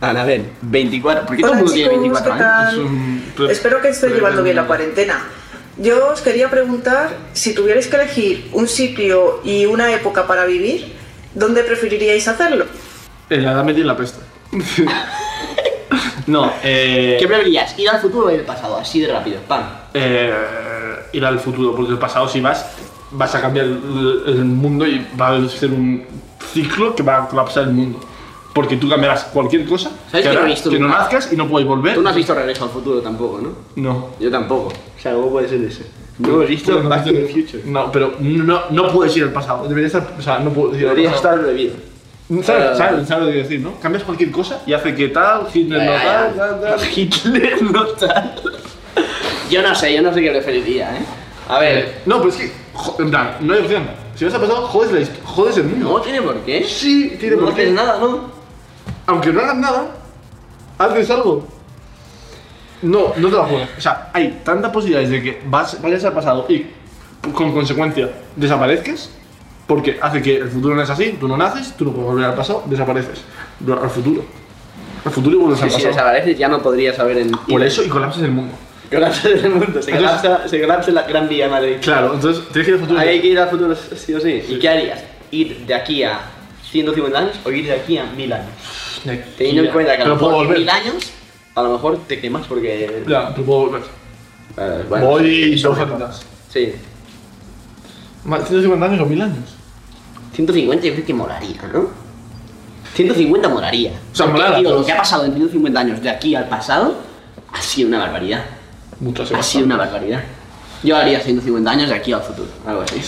Speaker 3: Ana, Ah, ver, 24. ¿Por qué todo el
Speaker 9: Hola
Speaker 3: mundo tiene
Speaker 9: chicos, ¿qué
Speaker 3: 24 años?
Speaker 6: Ah,
Speaker 9: tal?
Speaker 1: un pre-
Speaker 9: Espero que estoy
Speaker 1: pre-
Speaker 9: llevando bien la cuarentena. Yo os quería preguntar si tuvierais que elegir un sitio y una época para vivir, ¿dónde preferiríais hacerlo?
Speaker 1: En la edad metida en la peste. no, eh.
Speaker 3: ¿Qué preferirías? ¿Ir al futuro o ir al pasado? Así de rápido, pam.
Speaker 1: eh, ir al futuro, porque el pasado si vas, vas a cambiar el, el mundo y va a ser un ciclo que va a colapsar el mundo. Porque tú cambiarás cualquier cosa
Speaker 3: que no he
Speaker 1: hará
Speaker 3: visto
Speaker 1: que no
Speaker 3: nunca?
Speaker 1: nazcas y no puedes volver.
Speaker 3: Tú no has visto Regreso al Futuro tampoco, ¿no?
Speaker 1: No.
Speaker 3: Yo tampoco. O sea, ¿cómo puede ser ese? No he visto
Speaker 1: Bueno,
Speaker 3: Back to
Speaker 1: no,
Speaker 3: the Future.
Speaker 1: No, pero no, no puedes ir al pasado. Debería estar. O sea, no puedes ir al
Speaker 3: Debería
Speaker 1: pasado.
Speaker 3: estar eh, bebido.
Speaker 1: ¿Sabes, sabes, sabes lo que quiero decir, no? Cambias cualquier cosa y hace que tal, Hitler no
Speaker 3: Ya,
Speaker 1: tal,
Speaker 3: Eh,
Speaker 1: tal,
Speaker 3: ya.
Speaker 1: tal.
Speaker 3: Hitler no tal. Yo no sé, yo no sé qué preferiría, ¿eh? A ver,
Speaker 1: No, pero es que. jo- En plan, no hay opción. Si vas al pasado, jodes, la, hist- jodes el mundo.
Speaker 3: no tiene por qué.
Speaker 1: Sí, tiene
Speaker 3: no
Speaker 1: por qué.
Speaker 3: haces nada, ¿no?
Speaker 1: Aunque no hagas nada, haces algo. No, no te la juegas. O sea, hay tantas posibilidades de que vas, vayas al pasado y con consecuencia desaparezcas, porque hace que el futuro no es así, tú no naces, tú no puedes volver al pasado, desapareces. Pero Al futuro. Al futuro y vuelves
Speaker 2: Si,
Speaker 1: al
Speaker 2: si
Speaker 1: pasado.
Speaker 2: desapareces ya no podrías saber en
Speaker 1: Por eso y colapsas el mundo.
Speaker 2: Colapsa el mundo, se
Speaker 1: Entonces-
Speaker 2: colapsa, se colapsa la gran vía de Madrid.
Speaker 1: Claro, entonces tienes que ir al futuro.
Speaker 2: Ahí hay que ir al futuro sí o sí. ¿Y qué harías? ¿Ir de aquí a 150 años o ir de aquí a 1000 años? Teniendo en cuenta que a lo
Speaker 1: Pero puedo
Speaker 2: mejor en
Speaker 1: volver.
Speaker 2: 1000 años, a lo mejor te quemas porque...
Speaker 1: Ya, pero puedo volver.
Speaker 2: Eh, bueno,
Speaker 1: Voy dos atrás.
Speaker 2: Sí.
Speaker 1: Ma- 150 años o 1000 años.
Speaker 2: 150 yo creo que moraría, ¿no? 150 moraría.
Speaker 1: O sea,
Speaker 2: Porque,
Speaker 1: molar a
Speaker 2: tío, lo
Speaker 1: todos.
Speaker 2: que ha pasado en 150 años de aquí al pasado ha sido una barbaridad.
Speaker 1: Muchas
Speaker 2: Ha
Speaker 1: gracias.
Speaker 2: sido una barbaridad. Yo haría 150 años de aquí al futuro, algo así.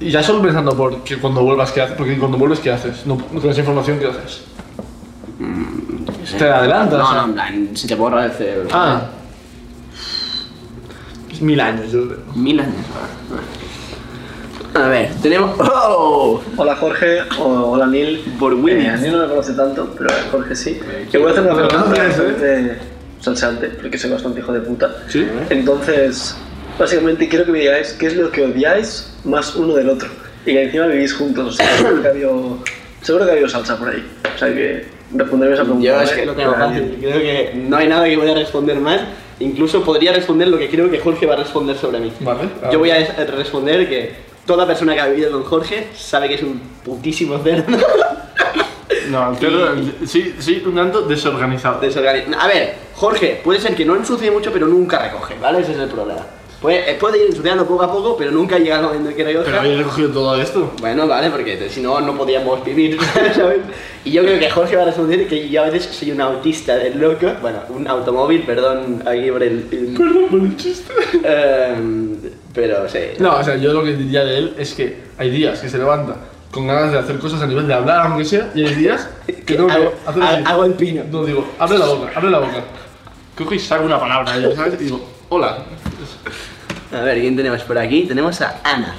Speaker 1: Y ya solo pensando por que cuando vuelvas, ¿qué haces? Porque cuando vuelves, ¿qué haces? No, no tienes información, ¿qué haces? Te adelantas.
Speaker 2: No, no, en plan, se te borra el cerebro.
Speaker 1: Ah. Mil años, yo creo.
Speaker 2: Mil años. A ver, tenemos. ¡Oh!
Speaker 4: Hola Jorge, o- hola Neil.
Speaker 2: Por
Speaker 4: Eh, a
Speaker 2: Williams.
Speaker 4: Neil no me conoce tanto, pero a Jorge sí. Yo voy a hacer una
Speaker 1: Pero
Speaker 4: pregunta
Speaker 1: no tienes, ¿eh?
Speaker 4: bastante salseante, porque soy bastante hijo de puta.
Speaker 1: ¿Sí?
Speaker 4: Entonces, básicamente quiero que me digáis qué es lo que odiáis más uno del otro. Y que encima vivís juntos. O sea, seguro que ha habido, seguro que ha habido salsa por ahí. O sea, que responderme esa pregunta.
Speaker 2: Yo
Speaker 4: ¿vale?
Speaker 2: es que lo tengo
Speaker 4: Para
Speaker 2: fácil.
Speaker 4: alguien.
Speaker 2: Creo que no hay nada que voy a responder más. Incluso podría responder lo que creo que Jorge va a responder sobre mí.
Speaker 1: Vale.
Speaker 2: Yo voy a es- eh, responder que toda persona que ha vivido con Jorge sabe que es un putísimo cerdo.
Speaker 1: No, pero sí, sí, un tanto desorganizado.
Speaker 2: Desorgani- A ver, Jorge, puede ser que no ensucie mucho, pero nunca recoge, ¿vale? Ese es el problema. Puede, eh, puede ir ensuciando poco a poco, pero nunca llega al momento en que recoge.
Speaker 1: Pero habéis recogido todo esto.
Speaker 2: Bueno, vale, porque te- si no, no podíamos vivir, ¿sabes? Y yo creo que Jorge va a responder que yo a veces soy un autista del loco. Bueno, un automóvil, perdón, aquí por el... el-
Speaker 1: Perdón por el chiste.
Speaker 2: Em, pero sí.
Speaker 1: No, o sea, yo lo que diría de él es que hay días que se levanta con ganas de hacer cosas a nivel de hablar, aunque sea, y hay días que tengo que
Speaker 2: hago,
Speaker 1: hacer
Speaker 2: ha-
Speaker 1: así.
Speaker 2: hago el pino.
Speaker 1: No, digo, abre la boca, abre la boca. Cojo y saco una palabra, ya ¿sabes? Y digo, hola.
Speaker 2: A ver, ¿quién tenemos por aquí? Tenemos a Ana.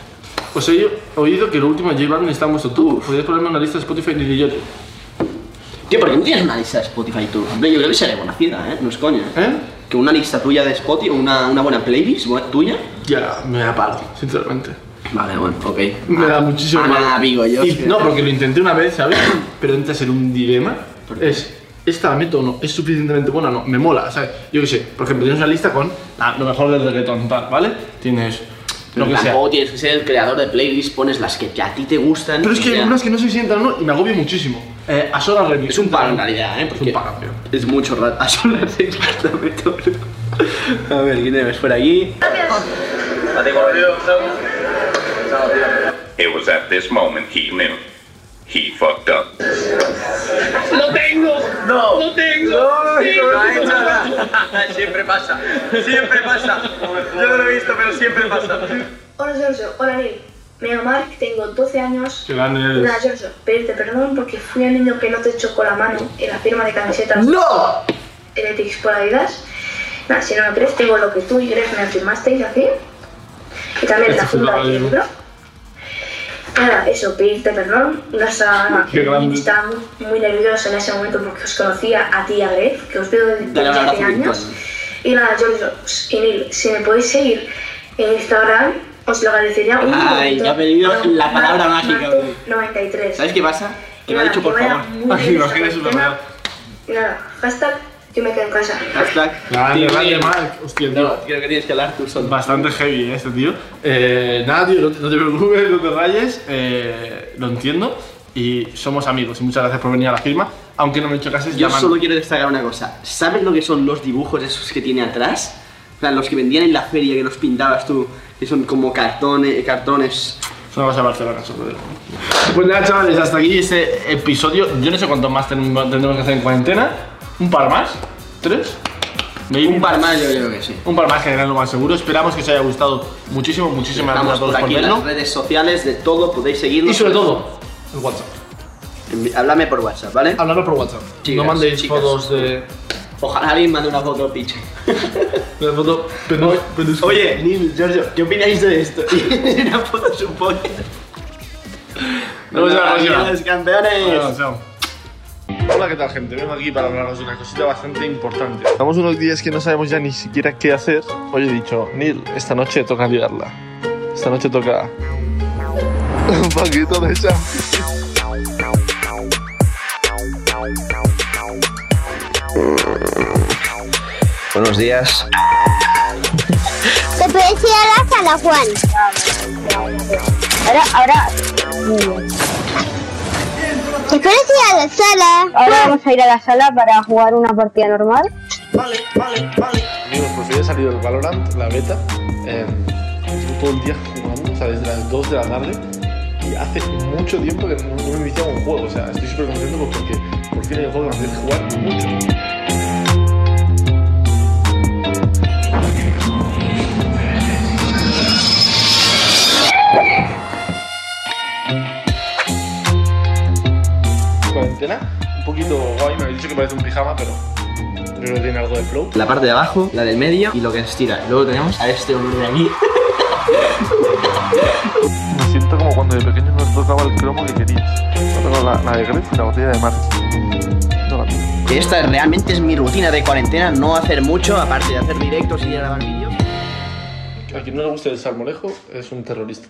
Speaker 1: Os Pues he oído que el último J Balvin está muerto tú. Podrías ponerme una lista de Spotify ni de yo.
Speaker 2: Tío, ¿por qué no tienes una lista de Spotify tú? Hombre, yo creo que sería buena cita, ¿eh? No es coña.
Speaker 1: ¿Eh?
Speaker 2: Que una lista tuya de Spotify, una, una buena playlist buena- tuya.
Speaker 1: Ya, me da palo, sinceramente.
Speaker 2: Vale, bueno, ok.
Speaker 1: Me da muchísimo
Speaker 2: Ah,
Speaker 1: mal.
Speaker 2: nada, digo yo.
Speaker 1: Y-
Speaker 2: es que-
Speaker 1: no, porque lo intenté una vez, ¿sabes? Pero entras en un dilema. Es, ¿esta la meto o no? ¿Es suficientemente buena o no? Me mola, ¿sabes? Yo qué sé, por ejemplo, tienes una lista con ah, lo mejor del reggaetón, tal, ¿vale? Tienes
Speaker 2: Pero
Speaker 1: lo que sea.
Speaker 2: tampoco oh, tienes que ser el creador de playlists, pones las que a ti te gustan.
Speaker 1: Pero es
Speaker 2: y
Speaker 1: que hay
Speaker 2: ya.
Speaker 1: algunas que no se sientan o no y me agobio muchísimo. Eh, a sola remix.
Speaker 2: Es un palo en realidad, ¿eh?
Speaker 1: Es
Speaker 2: Porque
Speaker 1: un palo, tío.
Speaker 2: Es mucho rato. A son las seis de la tarde. A ver, ¿quién debes por aquí?
Speaker 4: A ti, Jorge.
Speaker 10: It was at this moment he knew he fucked up.
Speaker 4: No, Siempre pasa. Siempre pasa. Yo no lo he visto, pero siempre pasa.
Speaker 7: Hola Giorgio, hola Neil. Me llamo Mark, tengo 12 años.
Speaker 1: Qué grande eres.
Speaker 7: Nada, Giorgio, pedirte perdón porque fui el niño que no te chocó la mano en la firma de camisetas
Speaker 2: ¡No!
Speaker 7: Electrics por Adidas. Nada, si no me crees, tengo lo que tú y Greg me firmasteis así. Y también la
Speaker 1: Esto es una
Speaker 7: funda del
Speaker 1: radio.
Speaker 7: libro. Nada, eso, pedirte perdón. No estaba,
Speaker 1: Qué grande.
Speaker 7: estaba muy, muy nervioso en ese momento porque os conocía a ti y a Greg, que os veo desde
Speaker 2: Dale un abrazo
Speaker 7: hace
Speaker 2: virtual.
Speaker 7: años. Y nada, Giorgio y Neil, "Pues, si me podéis seguir en Instagram, os lo agradecería un
Speaker 2: Ay,
Speaker 7: montón.
Speaker 2: ya ha venido la palabra
Speaker 7: Marco
Speaker 2: mágica,
Speaker 7: Marco
Speaker 2: güey.
Speaker 7: 93.
Speaker 2: ¿Sabes qué pasa? Que me ha
Speaker 7: Nada,
Speaker 2: dicho por
Speaker 7: vaya
Speaker 2: favor.
Speaker 7: muy bien esta
Speaker 1: Imagínese una
Speaker 7: cuarentena.
Speaker 1: verdad.
Speaker 7: Nada, hashtag yo me quedo en casa.
Speaker 2: Hashtag.
Speaker 1: Grande,
Speaker 2: Tío,
Speaker 1: grande,
Speaker 2: tío.
Speaker 1: Mark. Hostia, tío.
Speaker 2: No, creo que tienes que hablar tú solo.
Speaker 1: Bastante heavy ¿eh, este tío. Eh, nada, tío, no te, no te preocupes, no te rayes. eh, lo entiendo. Y somos amigos. Y muchas gracias por venir a la firma. Aunque no me he hecho caso,
Speaker 2: Yo
Speaker 1: llaman-
Speaker 2: solo quiero destacar una cosa. ¿Sabes lo que son los dibujos esos que tiene atrás? O sea, los que vendían en la feria, que los pintabas tú, que son como cartones, eh, cartones.
Speaker 1: Solo vas a Barcelona, solo digo. Pues nada, chavales, hasta aquí este episodio. Yo no sé cuántos más ten- tendremos que hacer en cuarentena. ¿Un par más? ¿Tres? Maybe.
Speaker 2: Un par más, yo creo que sí.
Speaker 1: Un par más, que era lo más seguro. Esperamos que os haya gustado muchísimo. Muchísimas gracias
Speaker 2: Estamos
Speaker 1: a todos
Speaker 2: por
Speaker 1: por
Speaker 2: aquí en
Speaker 1: verlo.
Speaker 2: las redes sociales, de todo, podéis seguirnos.
Speaker 1: Y sobre todo, el WhatsApp.
Speaker 2: Envi- Háblame por WhatsApp, ¿vale?
Speaker 1: Hablarlo por WhatsApp.
Speaker 2: Chicas,
Speaker 1: no mandéis
Speaker 2: chicas.
Speaker 1: fotos de.
Speaker 2: Ojalá alguien mande una foto picha.
Speaker 1: de foto,
Speaker 2: Oye, Neil, Giorgio, ¿qué opináis de esto? una foto supone.
Speaker 1: Nos vemos en la próxima.
Speaker 2: campeones!
Speaker 1: Hola, ¿qué tal, gente? Vengo aquí para hablaros de una cosita bastante importante. Estamos unos días que no sabemos ya ni siquiera qué hacer. Hoy he dicho, Neil, esta noche toca liarla. Esta noche toca un poquito de esa.
Speaker 3: Buenos días.
Speaker 7: Te parecía la Sala Juan. Ahora, ahora. ¿Te parecía la sala?
Speaker 11: Ahora vamos a ir a la sala para jugar una partida normal.
Speaker 4: Vale, vale, vale. Amigos, pues hoy ha salido el Valorant, la beta. Eh, estuve todo el día jugando, o sea, desde las 2 de la tarde. Y hace mucho tiempo que no, no me viciaba un juego. O sea, estoy súper contento porque por fin hay un juego que me hace jugar mucho. Cuarentena, un poquito guay. Me habéis dicho que parece un pijama, pero yo creo que tiene algo de flow.
Speaker 2: La parte de abajo, la del medio y lo que estira. Luego tenemos a este hombre de aquí.
Speaker 1: Me siento como cuando de pequeño no tocaba el cromo que querías. No tengo la, la de Gref y la botella de mar. No la tengo.
Speaker 2: Que Esta realmente es mi rutina de cuarentena, no hacer mucho, aparte de hacer directos y grabar vídeos.
Speaker 4: A quien no le guste el salmorejo es un terrorista.